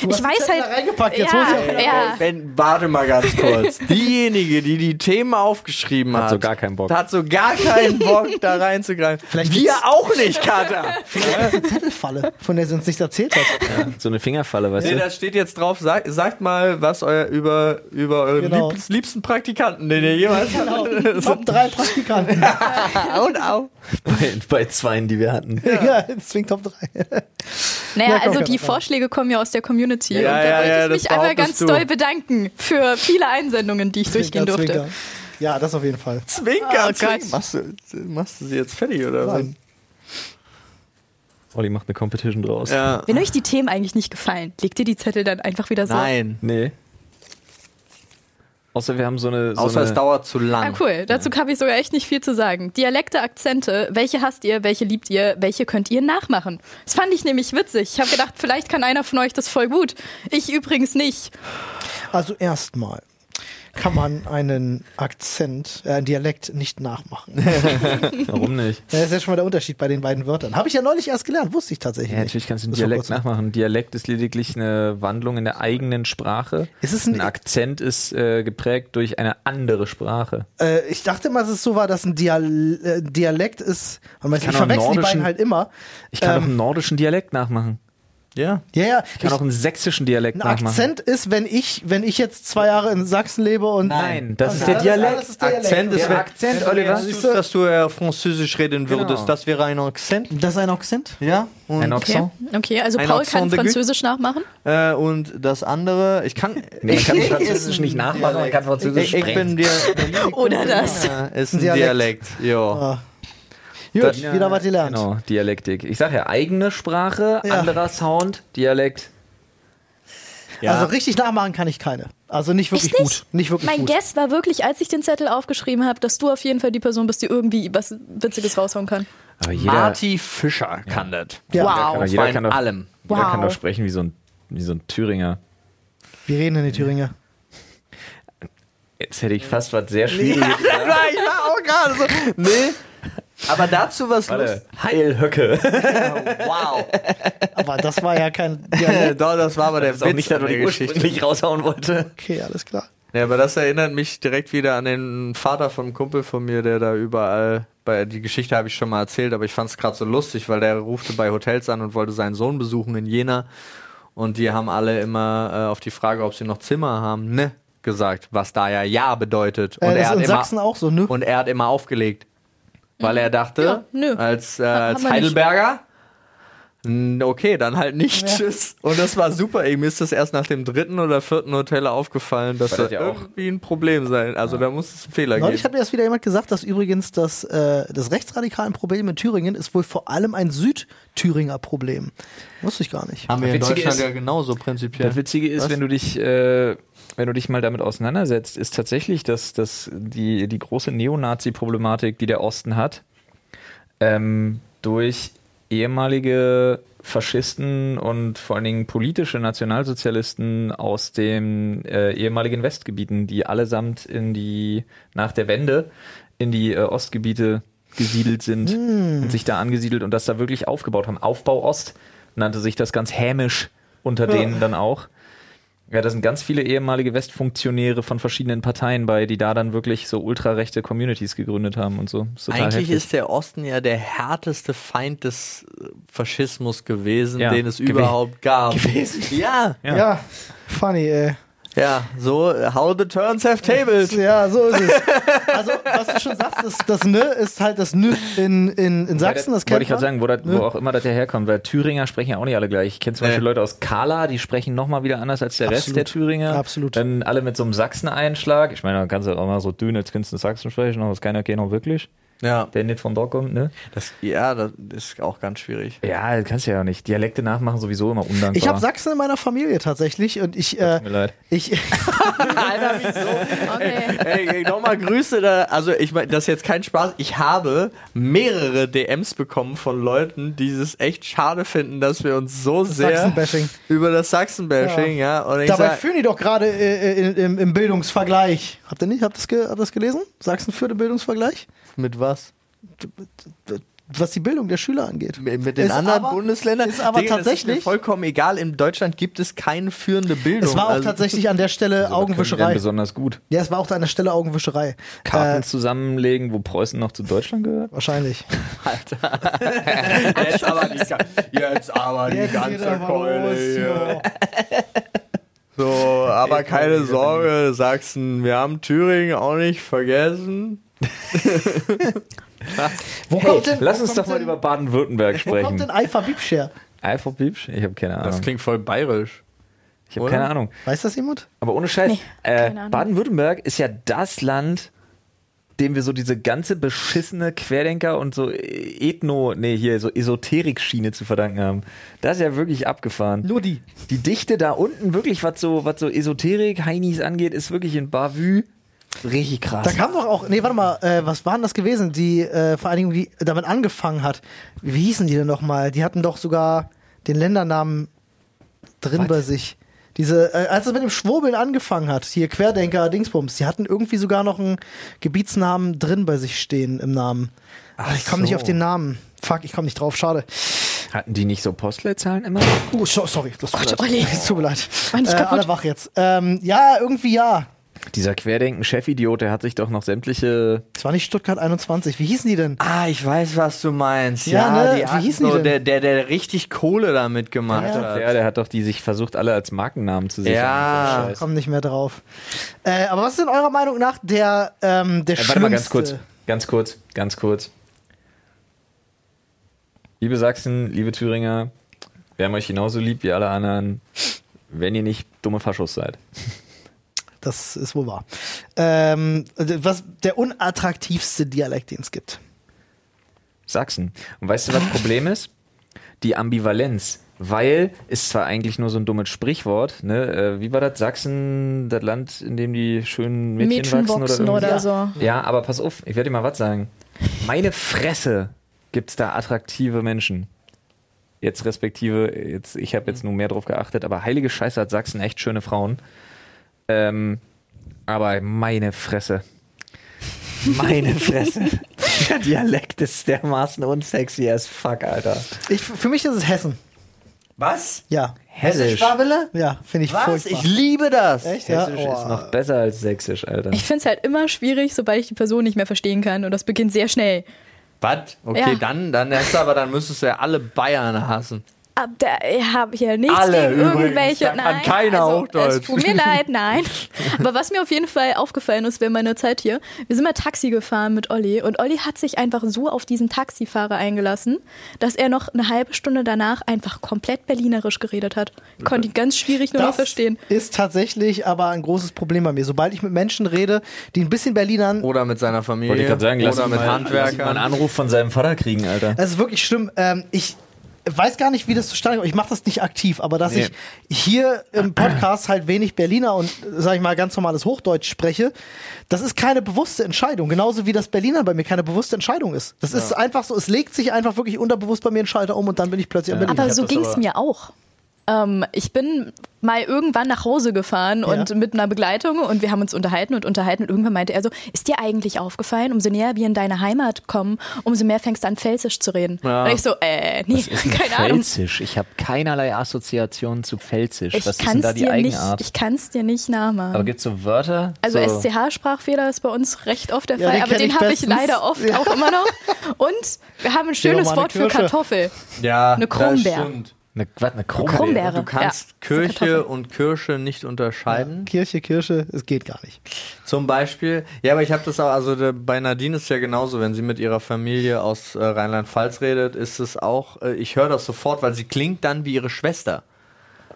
Speaker 5: Du
Speaker 3: ich
Speaker 5: hast die
Speaker 3: weiß
Speaker 5: Zettel
Speaker 3: halt.
Speaker 5: da reingepackt, jetzt hol's ja
Speaker 3: ja,
Speaker 5: wieder
Speaker 3: ja.
Speaker 2: Wenn, warte mal ganz kurz. Diejenige, die die Themen aufgeschrieben hat,
Speaker 4: so gar keinen Bock.
Speaker 2: Hat so gar keinen Bock, da reinzugreifen.
Speaker 5: Vielleicht
Speaker 2: Wir
Speaker 5: gibt's-
Speaker 2: auch nicht, Kater.
Speaker 5: ist eine Zettelfalle, von der sie uns nichts erzählt hat.
Speaker 4: So eine Fingerfalle, weißt
Speaker 2: Nee,
Speaker 4: du?
Speaker 2: da steht jetzt drauf, sag, sagt mal was euer, über, über euren
Speaker 5: Genau.
Speaker 2: liebsten, liebsten Praktikanten, den ihr jemals
Speaker 5: Genau. Top 3 Praktikanten.
Speaker 2: und auch.
Speaker 4: Bei, bei zweien, die wir hatten.
Speaker 5: ja, deswegen Top 3.
Speaker 3: Naja,
Speaker 5: Ja, komm,
Speaker 3: also
Speaker 5: komm,
Speaker 3: die
Speaker 5: komm.
Speaker 3: Vorschläge kommen ja aus der Community.
Speaker 2: Ja,
Speaker 3: und da
Speaker 2: ja,
Speaker 3: wollte
Speaker 2: ja,
Speaker 3: ich mich
Speaker 2: das
Speaker 3: einmal
Speaker 2: behauptest
Speaker 3: ganz
Speaker 2: du.
Speaker 3: doll bedanken für viele Einsendungen, die ich durchgehen
Speaker 5: Zwinker,
Speaker 3: durfte.
Speaker 5: Zwinker. Ja, das auf jeden Fall.
Speaker 2: Zwinker,
Speaker 3: Oh
Speaker 2: zwinker.
Speaker 3: Gott.
Speaker 2: Machst du, machst du sie jetzt fertig oder was?
Speaker 5: Nein.
Speaker 4: Olli macht eine Competition draus.
Speaker 2: Ja.
Speaker 3: Wenn euch die Themen eigentlich nicht gefallen, legt ihr die Zettel dann einfach wieder so.
Speaker 2: Nein.
Speaker 4: Nee. Außer wir haben so eine. So
Speaker 2: Außer
Speaker 4: eine
Speaker 2: es dauert zu
Speaker 3: Ah,
Speaker 2: lang.
Speaker 3: cool. Dazu habe ich sogar echt nicht viel zu sagen. Dialekte, Akzente, welche hasst ihr, welche liebt ihr, welche könnt ihr nachmachen? Das fand ich nämlich witzig. Ich habe gedacht, vielleicht kann einer von euch das voll gut. Ich übrigens nicht.
Speaker 5: Also erstmal kann man einen Akzent, äh, einen Dialekt nicht nachmachen.
Speaker 4: warum nicht?
Speaker 5: Das ist ja schon mal der Unterschied bei den beiden Wörtern. Habe ich ja neulich erst gelernt, wusste ich tatsächlich
Speaker 4: Ja,
Speaker 5: nicht.
Speaker 4: natürlich kannst du einen
Speaker 5: Bis vor
Speaker 4: Dialekt ne?
Speaker 5: kurzem.
Speaker 4: nachmachen. Dialekt ist lediglich eine Wandlung in der eigenen Sprache.
Speaker 5: Ist es ein-
Speaker 4: Akzent ist äh, geprägt durch eine andere Sprache.
Speaker 5: Äh, ich dachte mal, dass es so war, dass ein Dial äh, Dialekt ist. Und man, ich
Speaker 4: kann auch
Speaker 5: verwechsel die
Speaker 4: nordischen-
Speaker 5: beiden halt immer.
Speaker 4: Ich kann
Speaker 5: Ähm,
Speaker 4: auch einen nordischen Dialekt nachmachen.
Speaker 2: Ja.
Speaker 5: Ja, ja.
Speaker 4: Ich kann auch einen sächsischen Dialekt
Speaker 5: ein
Speaker 4: nachmachen.
Speaker 5: Akzent ist, wenn ich, wenn ich jetzt zwei Jahre in Sachsen lebe und.
Speaker 4: Nein, das ist
Speaker 5: Alles-
Speaker 4: der Dialekt.
Speaker 5: alles ist Dialekt.
Speaker 2: Akzent ist,
Speaker 5: Ja.
Speaker 2: wenn-
Speaker 4: Akzent,
Speaker 2: wenn du
Speaker 4: Oliver.
Speaker 2: jetzt Siehst, dass du eher Französisch reden
Speaker 4: Genau.
Speaker 2: würdest, das wäre ein Akzent.
Speaker 5: Das ist ein Akzent?
Speaker 2: Ja. Und,
Speaker 4: Ein
Speaker 3: Okay,
Speaker 4: Akzent?
Speaker 3: okay also
Speaker 2: Ein
Speaker 3: Paul
Speaker 2: Akzent
Speaker 3: kann
Speaker 2: de Gut.
Speaker 3: Französisch nachmachen.
Speaker 2: äh, und das andere, ich kann.
Speaker 4: Nee, man kann Französisch nicht nachmachen, man kann
Speaker 2: ich,
Speaker 4: Französisch
Speaker 2: ich bin
Speaker 4: sprechen.
Speaker 2: dir.
Speaker 3: Oder das.
Speaker 2: Ja, ist ein Dialekt.
Speaker 5: Dialekt.
Speaker 2: Ja.
Speaker 5: Ah. Gut, wieder was gelernt.
Speaker 4: Genau, Dialektik. Ich sag ja, eigene Sprache,
Speaker 5: Ja.
Speaker 4: anderer Sound, Dialekt.
Speaker 5: Also richtig nachmachen kann ich keine. Also nicht wirklich
Speaker 3: Ich
Speaker 5: gut. Nicht wirklich
Speaker 3: mein
Speaker 5: gut.
Speaker 3: Guess war wirklich, als ich den Zettel aufgeschrieben habe, dass du auf jeden Fall die Person bist, die irgendwie was Witziges raushauen kann.
Speaker 4: Aber jeder,
Speaker 2: Marty Fischer kann das.
Speaker 5: Ja. Wow.
Speaker 4: aber
Speaker 2: Und
Speaker 4: jeder
Speaker 2: zwar
Speaker 4: kann
Speaker 2: in
Speaker 4: doch,
Speaker 2: allem.
Speaker 4: Jeder kann
Speaker 3: Wow.
Speaker 4: doch sprechen wie so ein, wie so ein Thüringer.
Speaker 5: Wir reden in die Thüringer.
Speaker 4: Jetzt hätte ich fast was sehr Schwieriges.
Speaker 2: Ich war auch gerade so. Nee. Aber dazu was
Speaker 4: Warte. Heilhöcke.
Speaker 2: Wow.
Speaker 5: Aber das war ja kein. Ja,
Speaker 2: Äh, Doch, das war aber der Witz an der
Speaker 4: ursprünglich raushauen wollte.
Speaker 5: okay, alles klar.
Speaker 2: Ja, aber das erinnert mich direkt wieder an den Vater von einem Kumpel von mir, der da überall. Bei, die Geschichte habe ich schon mal erzählt, aber ich fand es gerade so lustig, weil der rufte bei Hotels an und wollte seinen Sohn besuchen in Jena. Und die haben alle immer äh, auf die Frage, ob sie noch Zimmer haben, ne, gesagt, was da ja ja bedeutet. Und
Speaker 5: Äh, das
Speaker 2: er
Speaker 5: ist
Speaker 2: hat
Speaker 5: in
Speaker 2: immer,
Speaker 5: Sachsen auch so, ne?
Speaker 2: Und er hat immer aufgelegt. Weil er dachte,
Speaker 3: Mhm. Ja, nö.
Speaker 2: als, äh,
Speaker 3: Ha- haben
Speaker 2: als
Speaker 3: wir nicht.
Speaker 2: Heidelberger, n- okay, dann halt nicht. Tschüss. Und das war super. Ey, mir ist das erst nach dem dritten oder vierten Hotel aufgefallen, dass
Speaker 4: Weil
Speaker 2: das
Speaker 4: das ja auch-
Speaker 2: irgendwie ein Problem sein. Also da muss es einen Fehler
Speaker 5: Neulich
Speaker 2: geben.
Speaker 5: hat mir das wieder jemand gesagt, dass übrigens das, äh, das rechtsradikalen Problem in Thüringen ist wohl vor allem ein Südthüringer Problem. Wusste ich gar nicht.
Speaker 2: Haben wir in
Speaker 4: Witzige
Speaker 2: Deutschland
Speaker 4: ist-
Speaker 2: ja genauso prinzipiell.
Speaker 4: Das Witzige ist,
Speaker 2: Was?
Speaker 4: wenn du dich, äh, wenn du dich mal damit auseinandersetzt, ist tatsächlich, dass, dass die, die große Neonazi-Problematik, die der Osten hat, ähm, durch ehemalige Faschisten und vor allen Dingen politische Nationalsozialisten aus den äh, ehemaligen Westgebieten, die allesamt in die nach der Wende in die äh, Ostgebiete gesiedelt sind und sich da angesiedelt und das da wirklich aufgebaut haben. Aufbau Ost nannte sich das ganz hämisch unter denen dann auch. Ja, da sind ganz viele ehemalige Westfunktionäre von verschiedenen Parteien bei, die da dann wirklich so ultrarechte Communities gegründet haben und so. Ist total
Speaker 2: Eigentlich
Speaker 4: heftig.
Speaker 2: ist der Osten ja der härteste Feind des äh, Faschismus gewesen,
Speaker 4: Ja.
Speaker 2: den es
Speaker 4: Gewe-
Speaker 2: überhaupt gab. Gewesen? Ja,
Speaker 5: Ja, funny, ey.
Speaker 2: ja. So, äh, how the turns have tabled.
Speaker 5: Ja, so ist es. Also, was du schon sagst, ist, das Ne ist halt das Nö in, in, in Sachsen. Das kennt
Speaker 4: Wollte ich gerade
Speaker 5: man.
Speaker 4: sagen, wo, das, wo auch immer das herkommt, weil Thüringer sprechen ja auch nicht alle gleich. Ich kenne zum
Speaker 2: Nee.
Speaker 4: Beispiel Leute aus Kala, die sprechen nochmal wieder anders als der Rest
Speaker 5: Absolut.
Speaker 4: der Thüringer.
Speaker 5: Absolut.
Speaker 4: Dann alle mit so einem Sachsen-Einschlag. Ich meine, man kann es ja auch mal so dünn, als könntest du Sachsen sprechen, aber das kann ja keiner wirklich,
Speaker 2: Ja,
Speaker 4: der nicht von dort kommt, ne?
Speaker 2: das, ja, das ist auch ganz schwierig.
Speaker 4: Ja, das kannst du ja auch nicht. Dialekte nachmachen sowieso immer undankbar.
Speaker 5: Ich habe Sachsen in meiner Familie tatsächlich und ich. Äh,
Speaker 4: Tut mir leid.
Speaker 5: ich
Speaker 2: Alter, wieso?
Speaker 3: Okay.
Speaker 2: Ey, ey, nochmal Grüße da. Also, ich meine, das ist jetzt kein Spaß. Ich habe mehrere DMs bekommen von Leuten, die es echt schade finden, dass wir uns so sehr
Speaker 5: Sachsenbashing.
Speaker 2: über das Sachsenbashing, ja. Und ich
Speaker 5: dabei
Speaker 2: sag,
Speaker 5: führen die doch gerade äh, in- im, im Bildungsvergleich. Habt ihr nicht? Habt ihr das, ge habt ihr das gelesen? Sachsen führt im Bildungsvergleich?
Speaker 2: mit was?
Speaker 5: Was die Bildung der Schüler angeht.
Speaker 2: Mit mit den
Speaker 5: Ist
Speaker 2: anderen
Speaker 5: aber-
Speaker 2: Bundesländern?
Speaker 5: ist aber
Speaker 2: Digga, Das ist mir
Speaker 5: tatsächlich-
Speaker 2: vollkommen egal. In Deutschland gibt es keine führende Bildung.
Speaker 5: Es war auch
Speaker 2: Also-
Speaker 5: tatsächlich an der Stelle
Speaker 4: Können die denn
Speaker 5: Augenwischerei.
Speaker 4: Besonders gut.
Speaker 5: Ja, es war auch an der Stelle Augenwischerei.
Speaker 4: Karten
Speaker 5: Äh,
Speaker 4: zusammenlegen, wo Preußen noch zu Deutschland gehört.
Speaker 5: wahrscheinlich.
Speaker 2: Jetzt aber die, jetzt aber die ganze Keule. hier. So, aber keine Sorge, Sachsen, wir haben Thüringen auch nicht vergessen.
Speaker 5: Wo kommt denn,
Speaker 4: Lass
Speaker 5: wo
Speaker 4: uns
Speaker 5: kommt
Speaker 4: doch mal
Speaker 5: denn,
Speaker 4: über Baden-Württemberg
Speaker 5: Wo kommt denn
Speaker 4: sprechen.
Speaker 5: Alpha Biebscher?
Speaker 4: Alpha Piepsch? Ich habe keine Ahnung.
Speaker 2: klingt voll bayerisch.
Speaker 4: Ich habe keine
Speaker 2: oder?
Speaker 4: Ahnung.
Speaker 5: Weiß das jemand?
Speaker 4: Aber ohne Scheiß,
Speaker 3: Nee,
Speaker 4: äh,
Speaker 3: keine Ahnung.
Speaker 4: Baden-Württemberg ist ja das Land, dem wir so diese ganze beschissene Querdenker und so Ethno, nee, hier so Esoterik-Schiene zu verdanken haben. Das ist ja wirklich abgefahren.
Speaker 5: Nur die.
Speaker 4: Die Dichte da unten, wirklich, was so, was so Esoterik, Heinis angeht, ist wirklich in Bavü richtig krass.
Speaker 5: Da kam doch auch, nee, warte mal, äh, was waren das gewesen? Die äh, Vereinigung, die damit angefangen hat. Wie hießen die denn nochmal? Die hatten doch sogar den Ländernamen drin bei sich. Diese, äh, als es mit dem Schwurbeln angefangen hat, hier Querdenker, Dingsbums, die hatten irgendwie sogar noch einen Gebietsnamen drin bei sich stehen im Namen. Ach, ich komme nicht
Speaker 4: so.
Speaker 5: auf den Namen. Fuck, ich komme nicht drauf, schade.
Speaker 4: Hatten die nicht so Postleitzahlen immer?
Speaker 5: Oh, so- sorry, das tut mir leid.
Speaker 3: Olli.
Speaker 5: Es tut mir leid.
Speaker 3: Meinst
Speaker 5: Äh,
Speaker 3: du kaputt?
Speaker 5: alle wach jetzt. Ähm, ja, irgendwie ja.
Speaker 4: Dieser Querdenken-Chefidiot, der hat sich doch noch sämtliche
Speaker 5: Es war nicht Stuttgart 21. Wie hießen die denn?
Speaker 2: Ah, ich weiß, was du meinst.
Speaker 5: Ja,
Speaker 2: Ja,
Speaker 5: ne?
Speaker 2: die
Speaker 5: Wie
Speaker 2: hatten
Speaker 5: hießen die
Speaker 2: so,
Speaker 5: denn?
Speaker 2: Der, der, der richtig Kohle damit gemacht
Speaker 5: Ja.
Speaker 2: hat.
Speaker 4: Ja, der hat doch die sich versucht, alle als Markennamen zu sichern.
Speaker 2: Ja.
Speaker 4: So ein Scheiß.
Speaker 5: Ah, Komm nicht mehr drauf. Äh, aber was ist denn eurer Meinung nach der, ähm, der
Speaker 4: Äh,
Speaker 5: schlimmste?
Speaker 4: warte mal ganz kurz, ganz kurz, ganz kurz. Liebe Sachsen, liebe Thüringer, wir haben euch genauso lieb wie alle anderen, wenn ihr nicht dumme Faschos seid.
Speaker 5: Das ist wohl wahr. Ähm, was der unattraktivste Dialekt, den es gibt.
Speaker 4: Sachsen. Und weißt du, was das Problem ist? Die Ambivalenz, weil ist zwar eigentlich nur so ein dummes Sprichwort, ne? Äh, wie war das? Sachsen, das Land, in dem die schönen Mädchen,
Speaker 3: Mädchen
Speaker 4: wachsen
Speaker 3: wachsen
Speaker 4: oder,
Speaker 3: oder
Speaker 4: irgendwie?
Speaker 3: so.
Speaker 4: Mhm. Ja, aber pass auf, ich werde dir mal was sagen. Meine Fresse gibt's da attraktive Menschen. Jetzt respektive, jetzt, ich habe
Speaker 3: Mhm.
Speaker 4: jetzt nur mehr drauf geachtet, aber heilige Scheiße hat Sachsen echt schöne Frauen. Ähm, aber meine Fresse.
Speaker 2: Meine Fresse. der Dialekt ist dermaßen unsexy as fuck, Alter.
Speaker 5: Ich, für mich ist es Hessen.
Speaker 2: Was?
Speaker 5: Ja.
Speaker 2: Hessisch. Schwabele?
Speaker 5: Ja, finde ich
Speaker 2: Was?
Speaker 5: furchtbar.
Speaker 2: Ich liebe das.
Speaker 5: Echt? Ja?
Speaker 2: Hessisch
Speaker 5: Oh.
Speaker 2: ist noch
Speaker 4: Besser als sächsisch, Alter.
Speaker 3: Ich finde es halt immer schwierig, sobald ich die Person nicht mehr verstehen kann. Und das beginnt sehr schnell.
Speaker 2: Was? Okay,
Speaker 3: Ja.
Speaker 2: dann, dann erst aber dann müsstest du ja alle Bayern hassen.
Speaker 3: Ab da habe ich ja nichts
Speaker 2: Alle
Speaker 3: gegen
Speaker 2: übrigens,
Speaker 3: irgendwelche.
Speaker 2: da kann
Speaker 3: nein,
Speaker 2: keiner
Speaker 3: also,
Speaker 2: Hochdeutsch.
Speaker 3: Es tut mir leid, nein. Aber was mir auf jeden Fall aufgefallen ist während meiner Zeit hier, wir sind mal Taxi gefahren mit Olli und Olli hat sich einfach so auf diesen Taxifahrer eingelassen, dass er noch eine halbe Stunde danach einfach komplett berlinerisch geredet hat. Ich konnte ihn ganz schwierig nur noch verstehen.
Speaker 5: ist tatsächlich aber ein großes Problem bei mir. Sobald ich mit Menschen rede, die ein bisschen Berlinern,
Speaker 2: Oder mit seiner Familie.
Speaker 4: Wollte ich gerade sagen, lass
Speaker 2: oder
Speaker 4: ihn
Speaker 2: mit
Speaker 4: mal, lass ihn mal einen
Speaker 2: Handwerkern.
Speaker 4: Anruf von seinem Vater kriegen, Alter.
Speaker 5: das ist wirklich schlimm. Ähm, ich weiß gar nicht, wie das zustande kommt. Ich mache das nicht aktiv, aber dass
Speaker 2: Nee.
Speaker 5: ich hier im Podcast halt wenig Berliner und, sag ich mal, ganz normales Hochdeutsch spreche, das ist keine bewusste Entscheidung. Genauso wie das Berliner bei mir keine bewusste Entscheidung ist. Das ist einfach so, es legt sich einfach wirklich unterbewusst bei mir ein Schalter um und dann bin ich plötzlich am
Speaker 4: Hm,
Speaker 5: Berliner.
Speaker 3: Aber so ging es mir auch. Ähm, ich bin mal irgendwann nach Hause gefahren und mit einer Begleitung und wir haben uns unterhalten und unterhalten und irgendwann meinte er so, ist dir eigentlich aufgefallen, umso näher wir in deine Heimat kommen, umso mehr fängst du an Pfälzisch zu reden. Und ich so, äh, nee, keine Ahnung.
Speaker 4: Pfälzisch. Ich habe keinerlei Assoziationen zu Pfälzisch.
Speaker 3: Ich
Speaker 4: Was ist denn da
Speaker 3: kann's
Speaker 4: die
Speaker 3: dir nicht,
Speaker 4: Eigenart?
Speaker 3: ich kann's dir nicht nachmachen.
Speaker 4: aber gibt es so Wörter?
Speaker 3: Also
Speaker 4: so,
Speaker 3: SCH-Sprachfehler ist bei uns recht oft der
Speaker 5: Ja,
Speaker 3: Fall,
Speaker 5: den
Speaker 3: aber
Speaker 5: kenn
Speaker 3: den
Speaker 5: ich
Speaker 3: habe ich
Speaker 5: bestens.
Speaker 3: leider oft auch immer noch. Und wir haben ein
Speaker 5: doch mal
Speaker 3: schönes
Speaker 5: eine
Speaker 3: Wort für
Speaker 5: Kirsche.
Speaker 3: Kartoffel.
Speaker 2: Ja,
Speaker 3: Eine
Speaker 2: das
Speaker 3: Krummbeer.
Speaker 2: stimmt.
Speaker 4: eine, was, eine Krummbeere?
Speaker 3: Krummbeere.
Speaker 2: Du kannst
Speaker 3: Ja,
Speaker 2: Kirche
Speaker 3: Kartoffel.
Speaker 2: und Kirsche nicht unterscheiden.
Speaker 5: Kirche, Kirche, es geht gar nicht.
Speaker 2: Zum Beispiel. Ja, aber ich habe das auch, also der, bei Nadine ist ja genauso, wenn sie mit ihrer Familie aus äh, Rheinland-Pfalz redet, ist es auch, äh, ich höre das sofort, weil sie klingt dann wie ihre Schwester.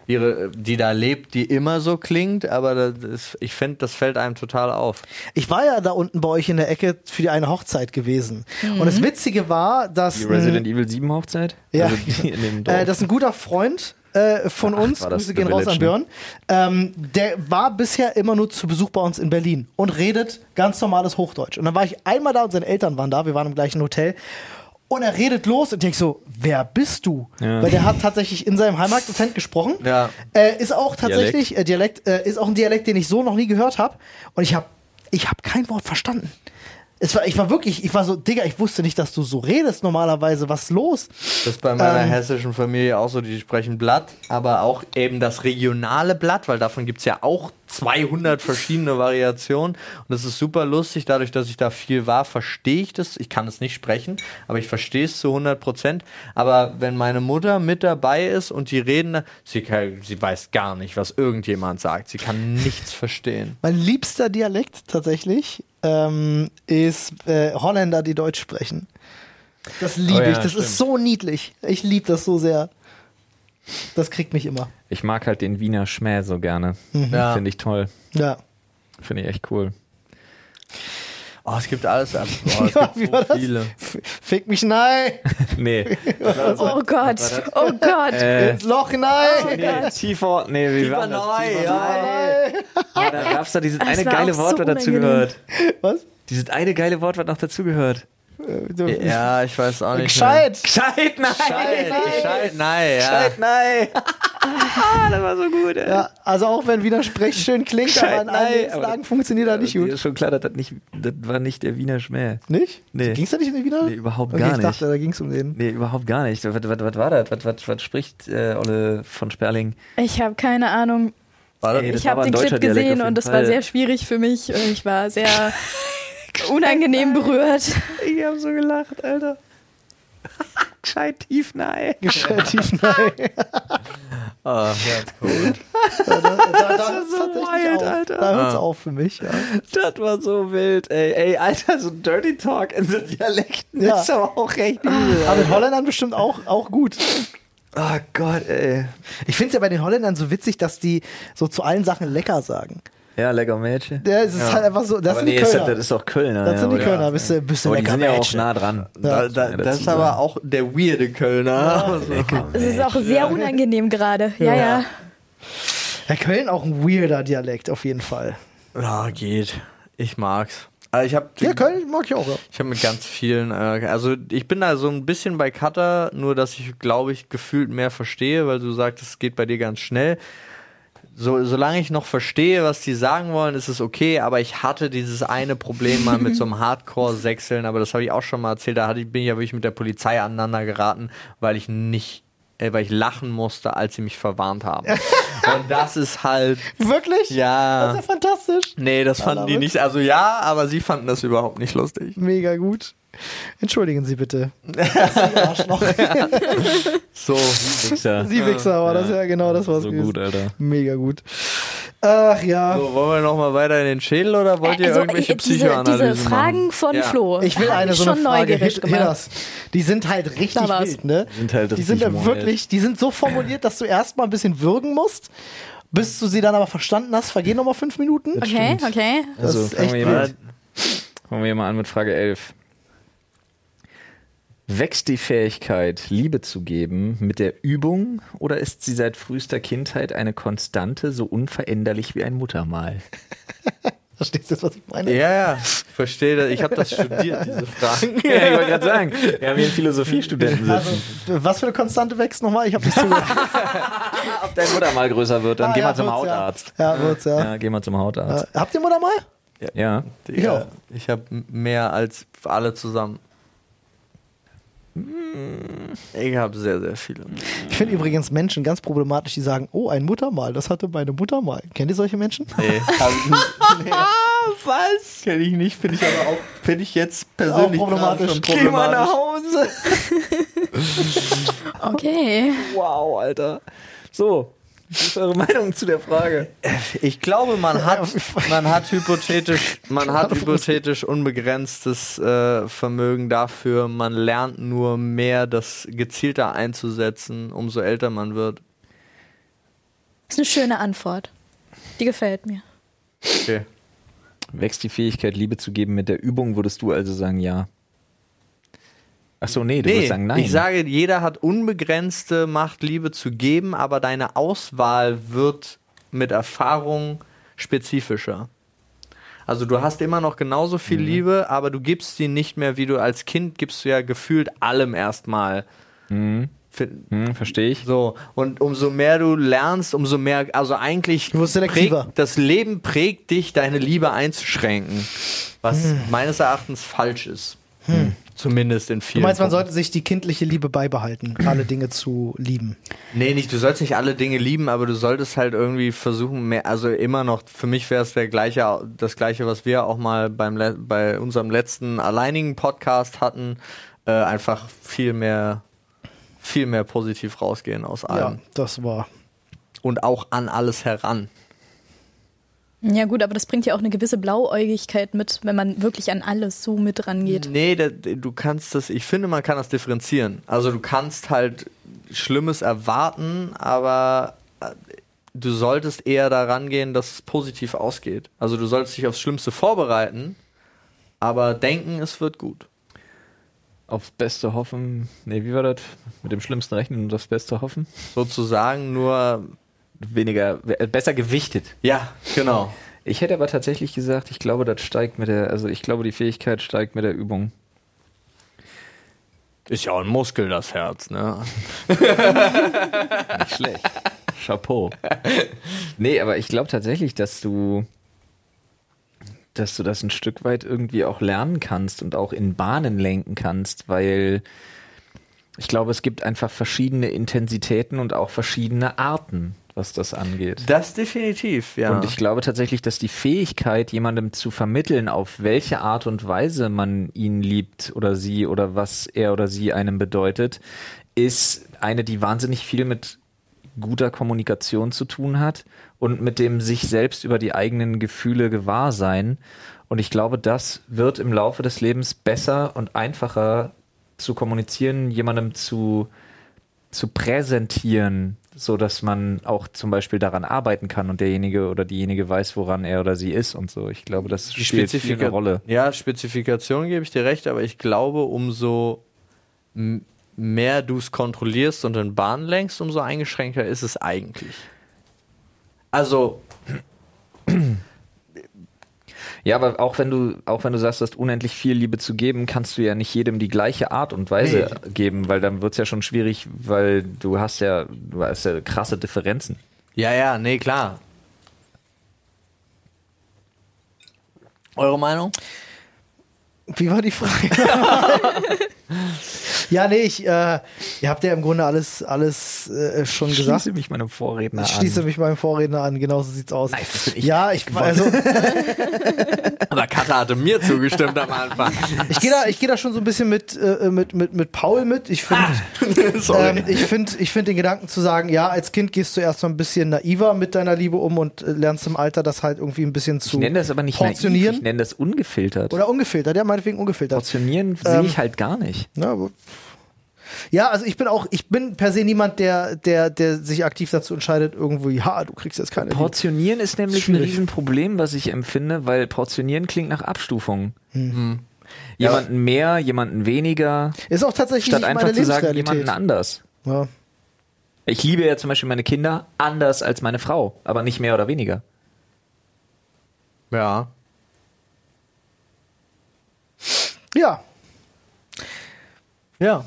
Speaker 2: Ihre, äh, die da lebt, die immer so klingt, aber das ist, ich finde, das fällt einem total auf.
Speaker 5: Ich war ja da unten bei euch in der Ecke für die eine Hochzeit gewesen. Und das Witzige war, dass.
Speaker 4: Die
Speaker 5: ein-
Speaker 4: Resident Evil 7 Hochzeit?
Speaker 5: Ja.
Speaker 4: Also die in dem Dorf.
Speaker 5: Äh, das ist ein guter Freund äh, von uns,
Speaker 4: war das
Speaker 5: Grüße gehen
Speaker 4: The
Speaker 5: raus an
Speaker 4: Village, ne?
Speaker 5: Björn. Ähm, der war bisher immer nur zu Besuch bei uns in Berlin und redet ganz normales Hochdeutsch. Und dann war ich einmal da und seine Eltern waren da, wir waren im gleichen Hotel. Und er redet los und denkt so, wer bist du?
Speaker 4: Ja.
Speaker 5: Weil der hat tatsächlich in seinem Heimatdozent gesprochen.
Speaker 2: Ja.
Speaker 5: Äh, ist auch tatsächlich äh, Dialekt, äh, ist auch ein Dialekt, den ich so noch nie gehört habe. Und ich habe ich hab kein Wort verstanden. Es war, ich war wirklich, ich war so, Digga, ich wusste nicht, dass du so redest normalerweise. Was ist los?
Speaker 2: Das ist bei meiner
Speaker 5: Ähm.
Speaker 2: hessischen Familie auch so, die sprechen Blatt, aber auch eben das regionale Blatt, weil davon gibt es ja auch 200 verschiedene Variationen. Und das ist super lustig, dadurch, dass ich da viel war, verstehe ich das. Ich kann es nicht sprechen, aber ich verstehe es zu 100 Prozent. Aber wenn meine Mutter mit dabei ist und die reden, da- sie, kann, sie weiß gar nicht, was irgendjemand sagt. Sie kann nichts verstehen.
Speaker 5: Mein liebster Dialekt tatsächlich ähm, ist äh, Holländer, die Deutsch sprechen. Das liebe
Speaker 4: Oh ja,
Speaker 5: ich. Das
Speaker 4: stimmt.
Speaker 5: ist so niedlich. Ich liebe das so sehr. Das kriegt mich immer.
Speaker 4: ich mag halt den Wiener Schmäh so gerne.
Speaker 2: Ja.
Speaker 4: Finde ich toll.
Speaker 5: Ja.
Speaker 4: Finde ich echt cool.
Speaker 2: Oh, es gibt alles. Oh, es
Speaker 5: Ja,
Speaker 2: gibt
Speaker 5: wie
Speaker 2: so
Speaker 5: war das?
Speaker 2: viele.
Speaker 5: F fick mich nein!
Speaker 4: Nee.
Speaker 3: Oh Gott, oh Gott.
Speaker 4: äh,
Speaker 5: Ins Loch nein!
Speaker 4: nee, tiefer. Nee, wie war das?
Speaker 2: Neu,
Speaker 4: Ja, da gab's da dieses
Speaker 3: Das
Speaker 4: eine
Speaker 3: war
Speaker 4: geile
Speaker 3: auch
Speaker 4: Wort,
Speaker 3: so
Speaker 4: was dazu
Speaker 3: unangenehm.
Speaker 4: gehört.
Speaker 5: Was?
Speaker 4: Dieses eine geile Wort, was noch dazu gehört.
Speaker 5: Äh,
Speaker 2: Ja, ich weiß auch nicht.
Speaker 5: Gescheit!
Speaker 4: Gescheit, nein!
Speaker 2: Nein, gescheit, nein, ja.
Speaker 4: Gescheit, nein! ah, das war so gut, ey.
Speaker 5: Ja, also auch wenn Wiener Sprech schön klingt, aber in
Speaker 4: Gescheit, nein,
Speaker 5: allen Lebenslagen
Speaker 4: aber-
Speaker 5: funktioniert das nicht
Speaker 4: Mir
Speaker 5: gut.
Speaker 4: Ist schon klar, dass das, nicht, das war nicht der Wiener Schmäh.
Speaker 5: Nicht?
Speaker 4: Nee.
Speaker 5: Ging's da nicht um den Wiener?
Speaker 4: Nee, überhaupt
Speaker 5: okay,
Speaker 4: gar
Speaker 5: ich
Speaker 4: nicht.
Speaker 5: dachte, da ging's um den.
Speaker 4: Nee, überhaupt gar nicht. Was, was, was war das? Was, was, was spricht äh, Olle von Sperling?
Speaker 3: Ich habe keine Ahnung.
Speaker 4: War das, das
Speaker 3: Ich
Speaker 4: war
Speaker 3: habe
Speaker 4: aber
Speaker 3: den
Speaker 4: ein deutscher
Speaker 3: Clip
Speaker 4: Dialekt auf
Speaker 3: gesehen
Speaker 4: jeden
Speaker 3: und das
Speaker 4: Fall.
Speaker 3: war sehr schwierig für mich. Ich war sehr unangenehm berührt.
Speaker 4: Ich habe so gelacht, Alter. Gescheit tief, nein.
Speaker 5: Gescheit, nein.
Speaker 2: Ah, ja, cool.
Speaker 5: Da, da hört's
Speaker 4: so
Speaker 5: tatsächlich
Speaker 4: wild,
Speaker 5: auf.
Speaker 4: Alter.
Speaker 5: Da hört's auf für mich, ja.
Speaker 4: Das war so wild, ey. Ey, Alter, so Dirty Talk in so Dialekten
Speaker 5: Ja.
Speaker 4: ist aber auch recht übel.
Speaker 5: Aber mit Holländern bestimmt auch, auch gut.
Speaker 4: Oh Gott, ey.
Speaker 5: Ich finde es ja bei den Holländern so witzig, dass die so zu allen Sachen lecker sagen.
Speaker 4: Ja, lecker Mädchen.
Speaker 1: Ja, es ist halt einfach so. Das sind
Speaker 4: aber
Speaker 1: die
Speaker 4: nee, ist, das
Speaker 1: Kölner.
Speaker 4: ist doch Kölner.
Speaker 1: Das sind die
Speaker 4: aber-
Speaker 1: Kölner. Bist du, bist du
Speaker 4: Aber die
Speaker 1: lecker
Speaker 4: sind ja auch
Speaker 1: Mädchen.
Speaker 4: nah dran.
Speaker 2: Da, da, das ist aber auch der weirde Kölner.
Speaker 3: Es ist auch sehr unangenehm gerade. Ja, ja.
Speaker 1: Ja, Köln auch ein weirder Dialekt, auf jeden Fall.
Speaker 2: Ja, geht. Ich mag's. Also ich habe
Speaker 1: Ja, Köln mag ich auch. Ja.
Speaker 2: Ich habe mit ganz vielen, äh, also ich bin da so ein bisschen bei Cutter, nur dass ich, glaube ich, gefühlt mehr verstehe, weil du sagst, es geht bei dir ganz schnell. So, solange ich noch verstehe, was die sagen wollen, ist es okay, aber ich hatte dieses eine Problem mal mit so einem Hardcore-Sechseln, aber das habe ich auch schon mal erzählt, da hatte ich, bin ich ja wirklich mit der Polizei aneinander geraten, weil ich nicht, äh, weil ich lachen musste, als sie mich verwarnt haben. Und das ist halt,
Speaker 1: Wirklich? Das
Speaker 2: ja.
Speaker 1: ist ja fantastisch.
Speaker 2: Nee, das fanden die
Speaker 1: Alarm.
Speaker 2: nicht, also ja, aber sie fanden das überhaupt nicht lustig.
Speaker 1: Mega gut. Entschuldigen Sie bitte. Das ist ein Arschloch.
Speaker 2: So,
Speaker 1: Sie Wichser war das ja, genau das war's
Speaker 4: So
Speaker 1: gewesen.
Speaker 4: gut, Alter.
Speaker 1: Mega gut. Ach ja.
Speaker 2: So, wollen wir nochmal weiter in den Schädel oder wollt ihr
Speaker 3: Also,
Speaker 2: irgendwelche
Speaker 3: äh, diese,
Speaker 2: Psychoanalysen
Speaker 3: diese Fragen
Speaker 2: machen?
Speaker 3: von
Speaker 2: Ja.
Speaker 3: Flo.
Speaker 1: Ich will
Speaker 3: haben
Speaker 1: eine
Speaker 3: mich
Speaker 1: so
Speaker 3: schon
Speaker 1: eine Frage.
Speaker 3: neugierig
Speaker 1: Hit,
Speaker 3: gemacht.
Speaker 1: Hitters. Die sind halt richtig
Speaker 3: Da war's.
Speaker 1: wild, ne?
Speaker 4: Die sind halt
Speaker 1: die sind
Speaker 4: richtig
Speaker 1: ja wirklich, die sind so formuliert, dass du erstmal ein bisschen würgen musst, bis du sie dann aber verstanden hast, vergehen nochmal fünf Minuten.
Speaker 3: Okay, okay.
Speaker 1: Das
Speaker 4: Also,
Speaker 1: ist
Speaker 4: fangen
Speaker 1: echt
Speaker 4: wir, mal,
Speaker 1: wild.
Speaker 4: fangen wir mal an mit Frage 11. Wächst die Fähigkeit, Liebe zu geben, mit der Übung oder ist sie seit frühester Kindheit eine Konstante, so unveränderlich wie ein Muttermal?
Speaker 1: Verstehst du jetzt, was ich meine?
Speaker 2: Ja, ja, ich verstehe das. Ich habe das studiert, diese Fragen.
Speaker 4: Ja, ich wollte gerade sagen, wir haben hier einen Philosophiestudenten
Speaker 1: Also,
Speaker 4: sitzen.
Speaker 1: was für eine Konstante wächst nochmal? Ich habe nicht zugehört.
Speaker 4: Ob dein Muttermal größer wird, dann
Speaker 1: Ah,
Speaker 4: geh
Speaker 1: ja,
Speaker 4: mal zum
Speaker 1: wird's, ja.
Speaker 4: Hautarzt.
Speaker 1: ja, wird's, ja.
Speaker 4: Ja, geh mal zum
Speaker 1: Äh,
Speaker 4: Hautarzt.
Speaker 1: habt ihr Mutter mal?
Speaker 4: Ja.
Speaker 1: Ich auch.
Speaker 2: Ich habe mehr als alle zusammen. Hm, Ich habe sehr, sehr viele.
Speaker 1: Ich finde übrigens Menschen ganz problematisch, die sagen, oh, ein Muttermal, das hatte meine Mutter mal. Kennt ihr solche Menschen?
Speaker 2: Nee, hab ich nicht. nee. Was? Kenne ich nicht, finde ich aber auch, finde ich jetzt persönlich
Speaker 1: Auch problematisch.
Speaker 2: schon problematisch.
Speaker 1: Geh mal nach
Speaker 2: Hause.
Speaker 3: Okay.
Speaker 4: Wow, Alter. So, was ist eure Meinung zu der Frage?
Speaker 2: Ich glaube, man hat, man hat hypothetisch, man hat hypothetisch unbegrenztes äh, Vermögen dafür. Man lernt nur mehr, das gezielter einzusetzen, umso älter man wird.
Speaker 3: Ist eine schöne Antwort. Die gefällt mir.
Speaker 2: Okay.
Speaker 4: Wächst die Fähigkeit, Liebe zu geben mit der Übung, würdest du also sagen ja? Ach so, nee, du
Speaker 2: Nee,
Speaker 4: würdest sagen nein.
Speaker 2: ich sage, jeder hat unbegrenzte Macht, Liebe zu geben, aber deine Auswahl wird mit Erfahrung spezifischer. Also du hast immer noch genauso
Speaker 4: Mhm.
Speaker 2: viel Liebe, aber du gibst sie nicht mehr, wie du als Kind gibst du ja gefühlt allem erstmal. Fin-
Speaker 4: hm, verstehe ich.
Speaker 2: So, und umso mehr du lernst, umso mehr, also eigentlich
Speaker 1: Du wirst selektiver.
Speaker 2: prägt, das Leben prägt dich, deine Liebe einzuschränken. Was
Speaker 1: Hm.
Speaker 2: meines Erachtens falsch ist. Zumindest in
Speaker 1: Du
Speaker 2: vielen.
Speaker 1: meinst, man
Speaker 2: Punkten.
Speaker 1: sollte sich die kindliche Liebe beibehalten, alle Dinge zu lieben.
Speaker 2: Nee, nicht, du sollst nicht alle Dinge lieben, aber du solltest halt irgendwie versuchen, mehr, also immer noch, für mich wäre es der gleiche, das gleiche, was wir auch mal beim, le- bei unserem letzten alleinigen Podcast hatten, äh, einfach viel mehr, viel mehr positiv rausgehen aus allem.
Speaker 1: Ja, das war.
Speaker 2: Und auch an alles heran.
Speaker 3: Ja, gut, aber das bringt ja auch eine gewisse Blauäugigkeit mit, wenn man wirklich an alles so mit rangeht.
Speaker 2: Nee, da, du kannst das, ich finde, man kann das differenzieren. Also du kannst halt Schlimmes erwarten, aber äh, du solltest eher daran gehen, dass es positiv ausgeht. Also du solltest dich aufs Schlimmste vorbereiten, aber denken, es wird gut.
Speaker 4: Aufs Beste hoffen. Nee, wie war das? Mit dem Schlimmsten rechnen und aufs Beste hoffen?
Speaker 2: Sozusagen nur,
Speaker 4: Weniger, äh, besser gewichtet.
Speaker 2: ja, genau.
Speaker 4: Ich hätte aber tatsächlich gesagt, ich glaube, das steigt mit der, also ich glaube, die Fähigkeit steigt mit der Übung.
Speaker 2: Ist ja auch ein Muskel, das Herz, ne?
Speaker 4: Nicht schlecht. Chapeau. Nee, aber ich glaube tatsächlich, dass du, dass du das ein Stück weit irgendwie auch lernen kannst und auch in Bahnen lenken kannst, weil ich glaube, es gibt einfach verschiedene Intensitäten und auch verschiedene Arten, was das angeht.
Speaker 2: Das definitiv, ja.
Speaker 4: Und ich glaube tatsächlich, dass die Fähigkeit, jemandem zu vermitteln, auf welche Art und Weise man ihn liebt oder sie oder was er oder sie einem bedeutet, ist eine, die wahnsinnig viel mit guter Kommunikation zu tun hat und mit dem sich selbst über die eigenen Gefühle gewahr sein. Und ich glaube, das wird im Laufe des Lebens besser und einfacher zu kommunizieren, jemandem zu zu präsentieren, so dass man auch zum Beispiel daran arbeiten kann und derjenige oder diejenige weiß, woran er oder sie ist und so. Ich glaube, das spielt viel eine
Speaker 2: Spezifika-
Speaker 4: Rolle.
Speaker 2: Ja, Spezifikation gebe ich dir recht, aber ich glaube, umso m- mehr du es kontrollierst und in Bahn lenkst, umso eingeschränkter ist es eigentlich. Also,
Speaker 4: Ja, aber auch wenn du, auch wenn du sagst, du hast unendlich viel Liebe zu geben, kannst du ja nicht jedem die gleiche Art und Weise geben, weil dann wird es ja schon schwierig, weil du hast ja, du hast ja krasse Differenzen.
Speaker 2: ja, ja, nee, klar. Eure Meinung?
Speaker 5: Wie war die Frage? ja, nee, ich, äh, ihr habt ja im Grunde alles, alles äh, schon gesagt.
Speaker 7: Schließe mich meinem Vorredner
Speaker 5: Ich
Speaker 7: an.
Speaker 5: schließe mich meinem Vorredner an, genauso sieht's aus. ja, ich, also,
Speaker 2: Aber Katha hatte mir zugestimmt am Anfang.
Speaker 5: ich gehe da, ich geh da schon so ein bisschen mit, äh, mit, mit, mit Paul mit. Ich finde,
Speaker 2: Sorry.
Speaker 5: Ähm, ich finde ich find den Gedanken zu sagen, ja, als Kind gehst du erstmal ein bisschen naiver mit deiner Liebe um und äh, lernst im Alter das halt irgendwie ein bisschen zu
Speaker 4: Ich nenne das aber nicht naiv,
Speaker 5: portionieren.
Speaker 4: ich nenne das ungefiltert.
Speaker 5: oder Ähm, ungefiltert, ja, meinetwegen ungefiltert.
Speaker 4: Portionieren sehe ich halt gar nicht.
Speaker 5: Ja, aber- ja, also ich bin auch, ich bin per se niemand, der, der, der sich aktiv dazu entscheidet, irgendwie, ha, du kriegst jetzt keine Liebe.
Speaker 4: Portionieren ist nämlich ein
Speaker 5: Schwierig.
Speaker 4: Riesenproblem, was ich empfinde, weil Portionieren klingt nach Abstufung.
Speaker 5: Hm.
Speaker 2: Hm.
Speaker 4: Jemanden mehr, jemanden weniger,
Speaker 5: Ist auch tatsächlich
Speaker 4: statt
Speaker 5: nicht meine
Speaker 4: einfach zu sagen, jemanden
Speaker 5: Lebensrealität.
Speaker 4: anders.
Speaker 5: ja.
Speaker 4: Ich liebe ja zum Beispiel meine Kinder anders als meine Frau, aber nicht mehr oder weniger.
Speaker 2: Ja.
Speaker 5: ja.
Speaker 2: Ja.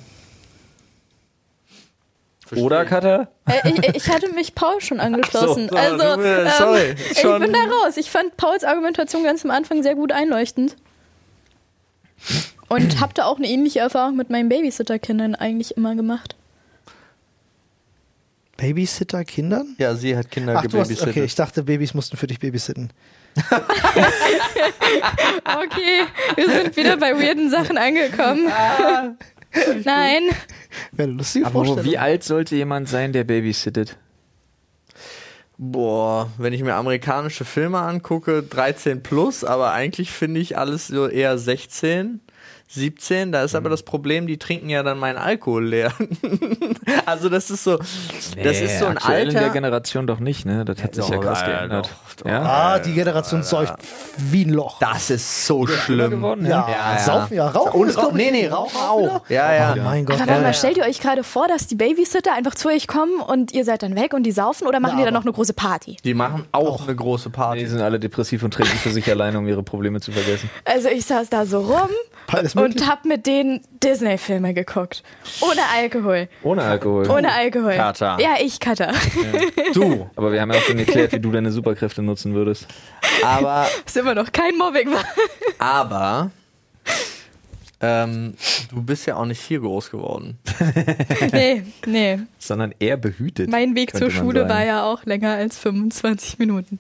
Speaker 4: Oder, Katha?
Speaker 3: Äh, ich, ich hatte mich Paul schon angeschlossen.
Speaker 2: so,
Speaker 3: also,
Speaker 2: du, äh,
Speaker 3: ähm,
Speaker 2: sorry, schon.
Speaker 3: ich bin da raus. Ich fand Pauls Argumentation ganz am Anfang sehr gut einleuchtend. Und habe da auch eine ähnliche Erfahrung mit meinen Babysitter-Kindern eigentlich immer gemacht.
Speaker 5: Babysitter Kindern?
Speaker 2: Ja, sie hat Kinder
Speaker 5: Ach, du hast,
Speaker 2: gebabysittet.
Speaker 5: okay, ich dachte, Babys mussten für dich babysitten.
Speaker 3: Okay, wir sind wieder bei weirden Sachen angekommen.
Speaker 2: Ah.
Speaker 3: Nein,
Speaker 5: Wäre eine lustige
Speaker 4: Aber
Speaker 5: Vorstellung.
Speaker 4: wie alt sollte jemand sein, der babysittet?
Speaker 2: Boah, wenn ich mir amerikanische Filme angucke, 13 plus, aber eigentlich finde ich alles so eher 16, 17. Da ist aber das Problem, die trinken ja dann meinen Alkohol leer. also das ist so, das ist so ein
Speaker 4: Äh, aktuell in der
Speaker 2: Alter.
Speaker 4: Generation doch nicht, ne? Das hat sich ja
Speaker 2: Doch,
Speaker 4: krass
Speaker 2: äh,
Speaker 4: geändert.
Speaker 2: doch,
Speaker 4: Ja?
Speaker 5: ah, die Generation seucht wie ein Loch.
Speaker 2: Das ist so schlimm.
Speaker 4: geworden,
Speaker 5: Ja,
Speaker 2: Ja, ja.
Speaker 5: saufen ja. Rauchen
Speaker 2: Und
Speaker 5: ist, glaub ich,
Speaker 2: nee, nee, Rauchen auch. Ja, ja.
Speaker 5: Oh mein Gott.
Speaker 3: aber warte mal, stellt ihr euch gerade vor, dass die Babysitter einfach zu euch kommen und ihr seid dann weg und die saufen oder machen die dann noch eine große Party?
Speaker 2: Die machen auch eine große
Speaker 4: Die
Speaker 2: Party.
Speaker 4: sind alle depressiv und trinken für sich alleine, um ihre Probleme zu vergessen.
Speaker 3: Also ich saß da so rum
Speaker 5: Alles möglich.
Speaker 3: und hab mit denen Disney-Filme geguckt. Ohne Alkohol.
Speaker 4: Ohne Alkohol.
Speaker 3: Ohne Alkohol.
Speaker 2: Kater.
Speaker 3: Ja, ich Kater.
Speaker 4: du. Aber wir haben ja auch schon geklärt, wie du deine Superkräfte nutzen würdest.
Speaker 2: Aber,
Speaker 3: Ist immer noch kein Mobbing. wa?
Speaker 2: aber, ähm, du bist ja auch nicht hier groß geworden.
Speaker 3: nee, nee.
Speaker 4: Sondern eher behütet.
Speaker 3: Mein Weg
Speaker 4: könnte
Speaker 3: zur
Speaker 4: man
Speaker 3: Schule
Speaker 4: sagen.
Speaker 3: war ja auch länger als 25 Minuten.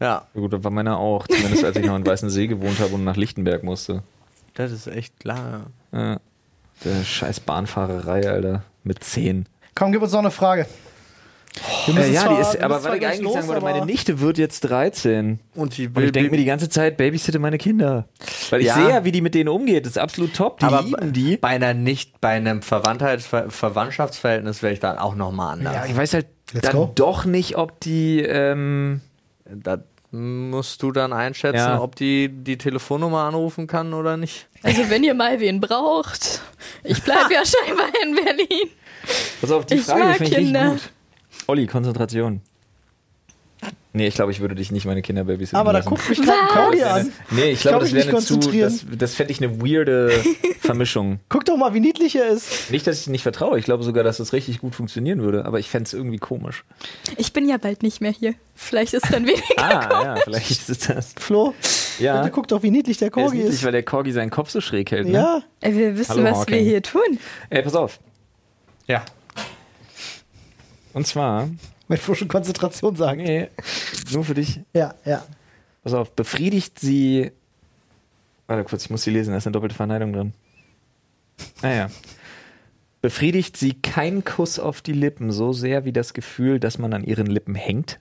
Speaker 2: Ja,
Speaker 4: Gut, das war meiner auch. Zumindest als ich noch in Weißensee gewohnt habe und nach Lichtenberg musste.
Speaker 2: das ist echt klar.
Speaker 4: Ja. Der scheiß Bahnfahrerei, Alter. Mit 10.
Speaker 5: Komm, gib uns noch eine Frage. Wir müssen
Speaker 4: Äh, ja,
Speaker 5: zwar-
Speaker 4: die ist,
Speaker 5: wir
Speaker 4: aber
Speaker 5: müssen
Speaker 4: was ich
Speaker 5: zwar
Speaker 4: eigentlich
Speaker 5: gleich
Speaker 4: sagen
Speaker 5: los,
Speaker 4: wollte, meine
Speaker 5: aber-
Speaker 4: Nichte wird jetzt 13.
Speaker 2: Und die
Speaker 4: Und ich denke mir die ganze Zeit, babysitte meine Kinder. Weil ich
Speaker 2: Ja.
Speaker 4: sehe ja, wie die mit denen umgeht. Das ist absolut top. Die
Speaker 2: aber
Speaker 4: lieben
Speaker 2: bei-
Speaker 4: die.
Speaker 2: bei einer nicht bei einem Verwandtheits Ver Verwandtschaftsverhältnis wäre ich dann auch noch mal anders.
Speaker 4: Ja, ich weiß halt
Speaker 5: Let's
Speaker 4: dann
Speaker 5: go.
Speaker 4: doch nicht, ob die. Ähm,
Speaker 2: Da musst du dann einschätzen,
Speaker 4: Ja.
Speaker 2: ob die die Telefonnummer anrufen kann oder nicht.
Speaker 3: Also wenn ihr mal wen braucht, ich bleibe ja scheinbar in Berlin.
Speaker 4: pass auf, die
Speaker 3: Ich
Speaker 4: Frage
Speaker 3: mag
Speaker 4: finde ich richtig
Speaker 3: Kinder.
Speaker 4: gut. Olli, Konzentration. Nee, ich glaube, ich würde dich nicht meine Kinder babysitten.
Speaker 5: Aber da
Speaker 4: lassen.
Speaker 5: guckt mich gerade Cody an.
Speaker 4: Nee, ich
Speaker 5: Ich glaub,
Speaker 4: glaube, das
Speaker 5: ich
Speaker 4: wäre
Speaker 5: mich
Speaker 4: eine zu.
Speaker 5: konzentrieren.
Speaker 4: Das, das fände ich eine weirde Vermischung.
Speaker 5: Guck doch mal, wie niedlich er ist.
Speaker 4: Nicht, dass ich dir nicht vertraue. Ich glaube sogar, dass das richtig gut funktionieren würde. Aber ich fände es irgendwie komisch.
Speaker 3: Ich bin ja bald nicht mehr hier. Vielleicht ist dann weniger.
Speaker 4: Ah, ja, vielleicht ist das.
Speaker 5: Flo,
Speaker 4: Ja.
Speaker 5: bitte guck doch, wie niedlich der
Speaker 4: Der ist
Speaker 5: Corgi
Speaker 4: niedlich,
Speaker 5: ist.
Speaker 4: weil der Corgi seinen Kopf so schräg hält. Ne?
Speaker 5: Ja,
Speaker 3: Ey, wir wissen,
Speaker 4: Hallo,
Speaker 3: was wir
Speaker 4: Hawking.
Speaker 3: hier tun.
Speaker 4: Ey, pass auf.
Speaker 2: Ja.
Speaker 4: Und zwar,
Speaker 5: mit Flo schon Konzentration sagen.
Speaker 4: nee, nur für dich.
Speaker 5: Ja, ja.
Speaker 4: Pass auf, befriedigt sie. Warte kurz, ich muss sie lesen, da ist eine doppelte Verneinung drin. Naja. Befriedigt sie kein Kuss auf die Lippen so sehr wie das Gefühl, dass man an ihren Lippen hängt?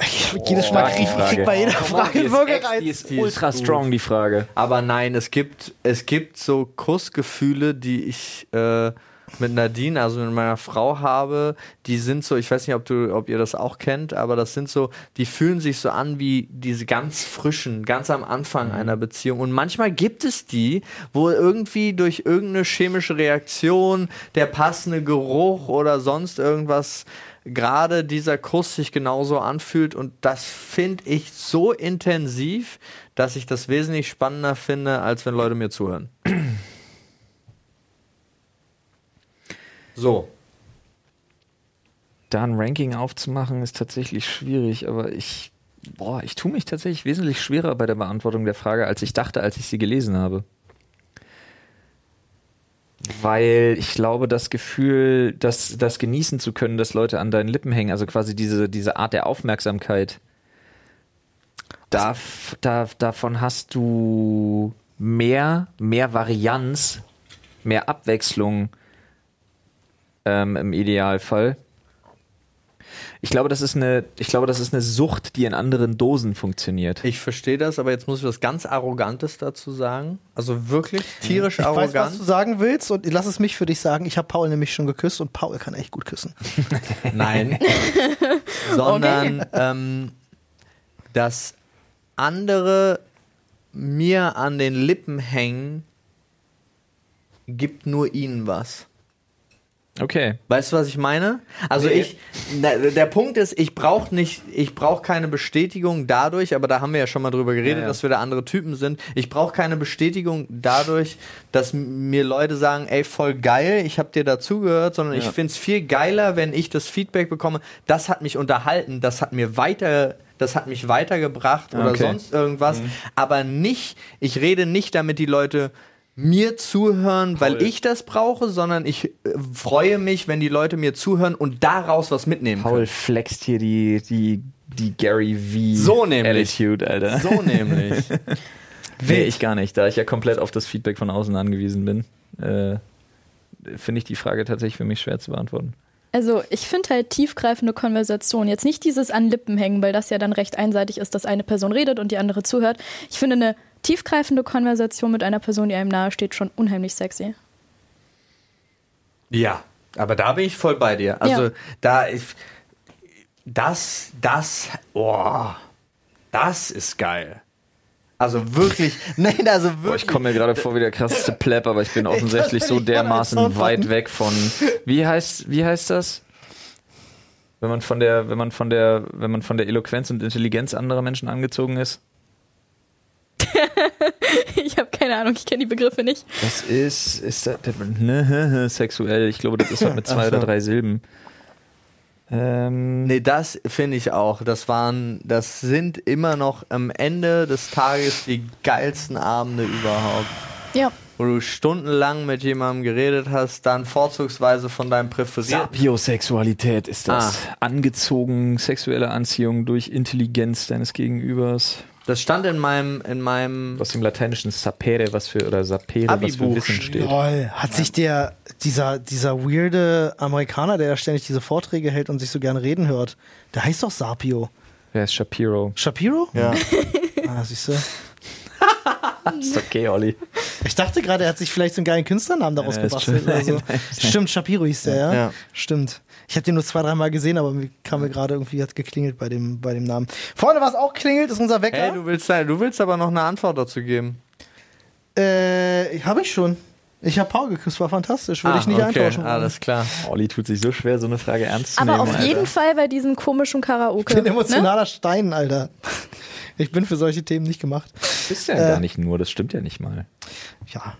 Speaker 5: Ich,
Speaker 4: Oh,
Speaker 5: jedes Mal kriegt krieg bei jeder Frage einen
Speaker 4: Die
Speaker 5: Würgereiz.
Speaker 4: ist ultra strong, die Frage.
Speaker 2: Aber nein, es gibt, es gibt so Kussgefühle, die ich äh, mit Nadine, also mit meiner Frau habe. Die sind so, ich weiß nicht, ob, du, ob ihr das auch kennt, aber das sind so, die fühlen sich so an wie diese ganz frischen, ganz am Anfang einer Beziehung. Und manchmal gibt es die, wo irgendwie durch irgendeine chemische Reaktion der passende Geruch oder sonst irgendwas gerade dieser Kuss sich genauso anfühlt und das finde ich so intensiv, dass ich das wesentlich spannender finde, als wenn Leute mir zuhören. So.
Speaker 4: Da ein Ranking aufzumachen ist tatsächlich schwierig, aber ich, boah, ich tue mich tatsächlich wesentlich schwerer bei der Beantwortung der Frage, als ich dachte, als ich sie gelesen habe. Weil ich glaube, das Gefühl, das, das genießen zu können, dass Leute an deinen Lippen hängen, also quasi diese, diese Art der Aufmerksamkeit, dav, dav, davon hast du mehr, mehr Varianz, mehr Abwechslung ähm, im Idealfall. Ich glaube, das ist eine, ich glaube, das ist eine Sucht, die in anderen Dosen funktioniert.
Speaker 2: Ich verstehe das, aber jetzt muss ich was ganz Arrogantes dazu sagen. Also wirklich tierisch
Speaker 5: Hm. Ich weiß,
Speaker 2: arrogant.
Speaker 5: was du sagen willst und lass es mich für dich sagen. Ich habe Paul nämlich schon geküsst und Paul kann echt gut küssen.
Speaker 2: Nein. Sondern, ähm, dass andere mir an den Lippen hängen, gibt nur ihnen was.
Speaker 4: Okay.
Speaker 2: Weißt du, was ich meine? Also ich, na, der Punkt ist, ich brauche nicht, ich brauche keine Bestätigung dadurch, aber da haben wir ja schon mal drüber geredet,
Speaker 4: Ja, ja.
Speaker 2: dass wir da andere Typen sind. Ich brauche keine Bestätigung dadurch, dass m- mir Leute sagen, ey, voll geil, ich habe dir dazugehört, sondern ich find's viel geiler, wenn ich das Feedback bekomme. Das hat mich unterhalten, das hat mir weiter, das hat mich weitergebracht oder
Speaker 4: Okay.
Speaker 2: sonst irgendwas, aber nicht, ich rede nicht, damit die Leute mir zuhören, weil ich das brauche, sondern ich äh, freue mich, wenn die Leute mir zuhören und daraus was mitnehmen
Speaker 4: Paul flext hier die, die, die Gary V.
Speaker 2: So nämlich.
Speaker 4: Attitude, Alter.
Speaker 2: können. So nämlich.
Speaker 4: nee, ich gar nicht, da ich ja komplett auf das Feedback von außen angewiesen bin. Äh, Finde ich die Frage tatsächlich für mich schwer zu beantworten.
Speaker 3: Also ich finde halt tiefgreifende Konversation, jetzt nicht dieses an Lippen hängen, weil das ja dann recht einseitig ist, dass eine Person redet und die andere zuhört. Ich finde eine tiefgreifende Konversation mit einer Person, die einem nahe steht, schon unheimlich sexy.
Speaker 2: Ja, aber da bin ich voll bei dir. Also
Speaker 3: Ja.
Speaker 2: da ich, das das oh, das ist geil. Also wirklich, nein, also wirklich.
Speaker 4: Boah, ich komme mir gerade vor wie der krasseste Pleb, aber ich bin offensichtlich so dermaßen weit weg von. Wie heißt, wie heißt das? Wenn man von der, wenn man von der, wenn man von der Eloquenz und Intelligenz anderer Menschen angezogen ist?
Speaker 3: Ich habe keine Ahnung, ich kenne die Begriffe nicht.
Speaker 4: Das ist, ist das, ne, sexuell. Ich glaube, das ist halt mit zwei oder drei Silben. Ähm,
Speaker 2: Nee, das finde ich auch. Das waren, das sind immer noch am Ende des Tages die geilsten Abende überhaupt.
Speaker 3: Ja,
Speaker 2: Wo du stundenlang mit jemandem geredet hast, dann vorzugsweise von deinem präferierten.
Speaker 4: Sapiosexualität ist
Speaker 5: Ah.
Speaker 4: das. Angezogen, sexuelle Anziehung durch Intelligenz deines Gegenübers.
Speaker 2: Das stand in meinem, in meinem.
Speaker 4: Aus dem Lateinischen sapere, was für, oder sapere, was für
Speaker 2: Abi-Buch.
Speaker 4: Wissen steht.
Speaker 5: Lol, hat sich der, dieser, dieser weirde Amerikaner, der da ständig diese Vorträge hält und sich so gerne reden hört, der heißt doch Sapio.
Speaker 4: Wer ist Shapiro?
Speaker 5: Shapiro?
Speaker 2: Ja.
Speaker 5: Ah, siehst du.
Speaker 4: Ist okay, Olli.
Speaker 5: Ich dachte gerade, er hat sich vielleicht so einen geilen Künstlernamen daraus
Speaker 4: Ja, ist
Speaker 5: gebastelt
Speaker 4: schon-
Speaker 5: oder so.
Speaker 4: nein, nein,
Speaker 5: Stimmt, Shapiro hieß der, ja?
Speaker 2: Ja.
Speaker 5: Stimmt. Ich habe den nur zwei, dreimal gesehen, aber mir kam mir gerade irgendwie, hat geklingelt bei dem, bei dem Namen. Vorne, was auch klingelt, ist unser
Speaker 2: Hey,
Speaker 5: Wecker.
Speaker 2: du willst, du willst aber noch eine Antwort dazu geben.
Speaker 5: äh, habe ich schon. Ich habe Paul geküsst, war fantastisch. Würde
Speaker 2: Ah,
Speaker 5: ich nicht
Speaker 2: okay,
Speaker 5: eintauschen.
Speaker 2: Alles klar.
Speaker 4: Olli tut sich so schwer, so eine Frage ernst zu
Speaker 3: aber
Speaker 4: nehmen.
Speaker 3: auf jeden Fall bei diesem komischen Karaoke.
Speaker 5: Ich bin
Speaker 3: Ne?
Speaker 5: emotionaler Stein, Alter. Ich bin für solche Themen nicht gemacht.
Speaker 4: bist ja gar nicht nur, das stimmt ja nicht mal.
Speaker 5: Ja.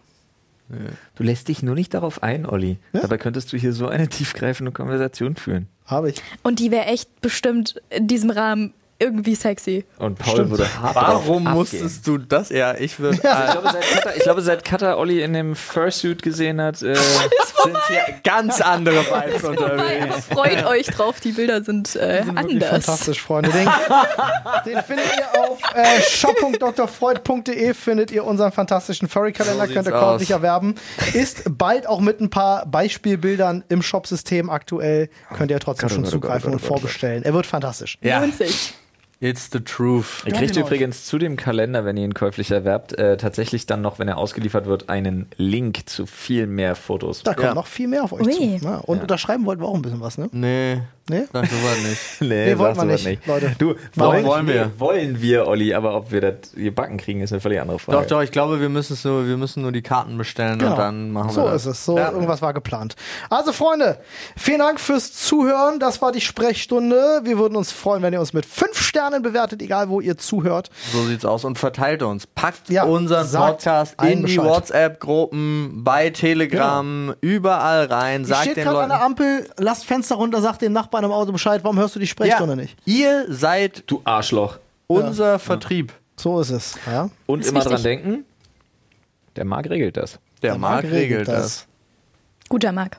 Speaker 4: Du lässt dich nur nicht darauf ein, Olli.
Speaker 5: Ja.
Speaker 4: Dabei könntest du hier so eine tiefgreifende Konversation führen.
Speaker 5: Habe ich.
Speaker 3: Und die wäre echt bestimmt in diesem Rahmen irgendwie sexy.
Speaker 4: Und Paul
Speaker 5: Stimmt.
Speaker 4: würde hart
Speaker 2: Warum
Speaker 4: drauf abgehen.
Speaker 2: musstest du das? Ja, ich würde.
Speaker 4: Also Ich glaube, seit Cutter, ich glaube, seit Cutter Olli in dem Fursuit gesehen hat, äh,
Speaker 2: sind hier ganz andere Vibes unterwegs.
Speaker 3: Aber freut euch drauf, die Bilder sind, äh,
Speaker 5: Wirklich
Speaker 3: anders.
Speaker 5: Fantastisch, Freunde. Den, den findet ihr auf äh, shop.drfreud.de findet ihr unseren fantastischen Furry-Kalender,
Speaker 2: So
Speaker 5: könnt ihr
Speaker 2: sieht's
Speaker 5: käuflich
Speaker 2: aus.
Speaker 5: erwerben. Ist bald auch mit ein paar Beispielbildern im
Speaker 2: oh
Speaker 5: Shop-System aktuell. Könnt ihr trotzdem schon zugreifen und vorbestellen. Er wird fantastisch.
Speaker 2: Ja.
Speaker 3: Lohnt sich.
Speaker 2: It's the truth.
Speaker 4: Ihr
Speaker 5: Ja,
Speaker 4: kriegt
Speaker 5: genau.
Speaker 4: übrigens zu dem Kalender, wenn ihr ihn käuflich erwerbt, äh, tatsächlich dann noch, wenn er ausgeliefert wird, einen Link zu viel mehr Fotos.
Speaker 5: Da kommt
Speaker 2: Ja. Hm.
Speaker 5: noch viel mehr auf euch
Speaker 3: Ui.
Speaker 5: zu. Ja, und unterschreiben wollten wir auch ein bisschen was, ne?
Speaker 2: Nee,
Speaker 5: Nee?
Speaker 2: dafür war nicht.
Speaker 5: Nee, wollt
Speaker 4: sagst
Speaker 5: man
Speaker 4: du was
Speaker 5: nicht, Leute.
Speaker 4: Du,
Speaker 2: Warum
Speaker 4: wollen,
Speaker 2: wollen wir?
Speaker 4: wir? Wollen wir, Olli, aber ob wir das gebacken kriegen, ist eine völlig andere Frage.
Speaker 2: Doch, doch, ich glaube, wir müssen es nur, wir müssen nur die Karten bestellen und dann machen
Speaker 5: Genau. so
Speaker 2: wir das.
Speaker 5: ist es. So,
Speaker 2: Ja.
Speaker 5: irgendwas war geplant. Also, Freunde, vielen Dank fürs Zuhören. Das war die Sprechstunde. Wir würden uns freuen, wenn ihr uns mit fünf Sternen bewertet, egal wo ihr zuhört.
Speaker 2: So sieht's aus. Und verteilt uns. Packt
Speaker 5: Ja,
Speaker 2: unseren
Speaker 5: sagt
Speaker 2: Podcast
Speaker 5: allen
Speaker 2: in die
Speaker 5: Bescheid. Genau.
Speaker 2: WhatsApp-Gruppen, bei Telegram, überall rein.
Speaker 5: Ihr
Speaker 2: Sagt
Speaker 5: steht
Speaker 2: den
Speaker 5: gerade an
Speaker 2: Leuten.
Speaker 5: der Ampel, lasst Fenster runter, sagt dem Nachbarn im Auto Bescheid, warum hörst du die Sprechstunde nicht?
Speaker 2: Ihr seid
Speaker 4: Du Arschloch.
Speaker 2: unser Vertrieb.
Speaker 5: So ist es. Ja?
Speaker 4: Und
Speaker 3: Ist
Speaker 4: immer
Speaker 3: wichtig.
Speaker 4: dran denken, der Marc regelt das.
Speaker 2: Der, Markt Marc regelt das.
Speaker 3: Guter Marc.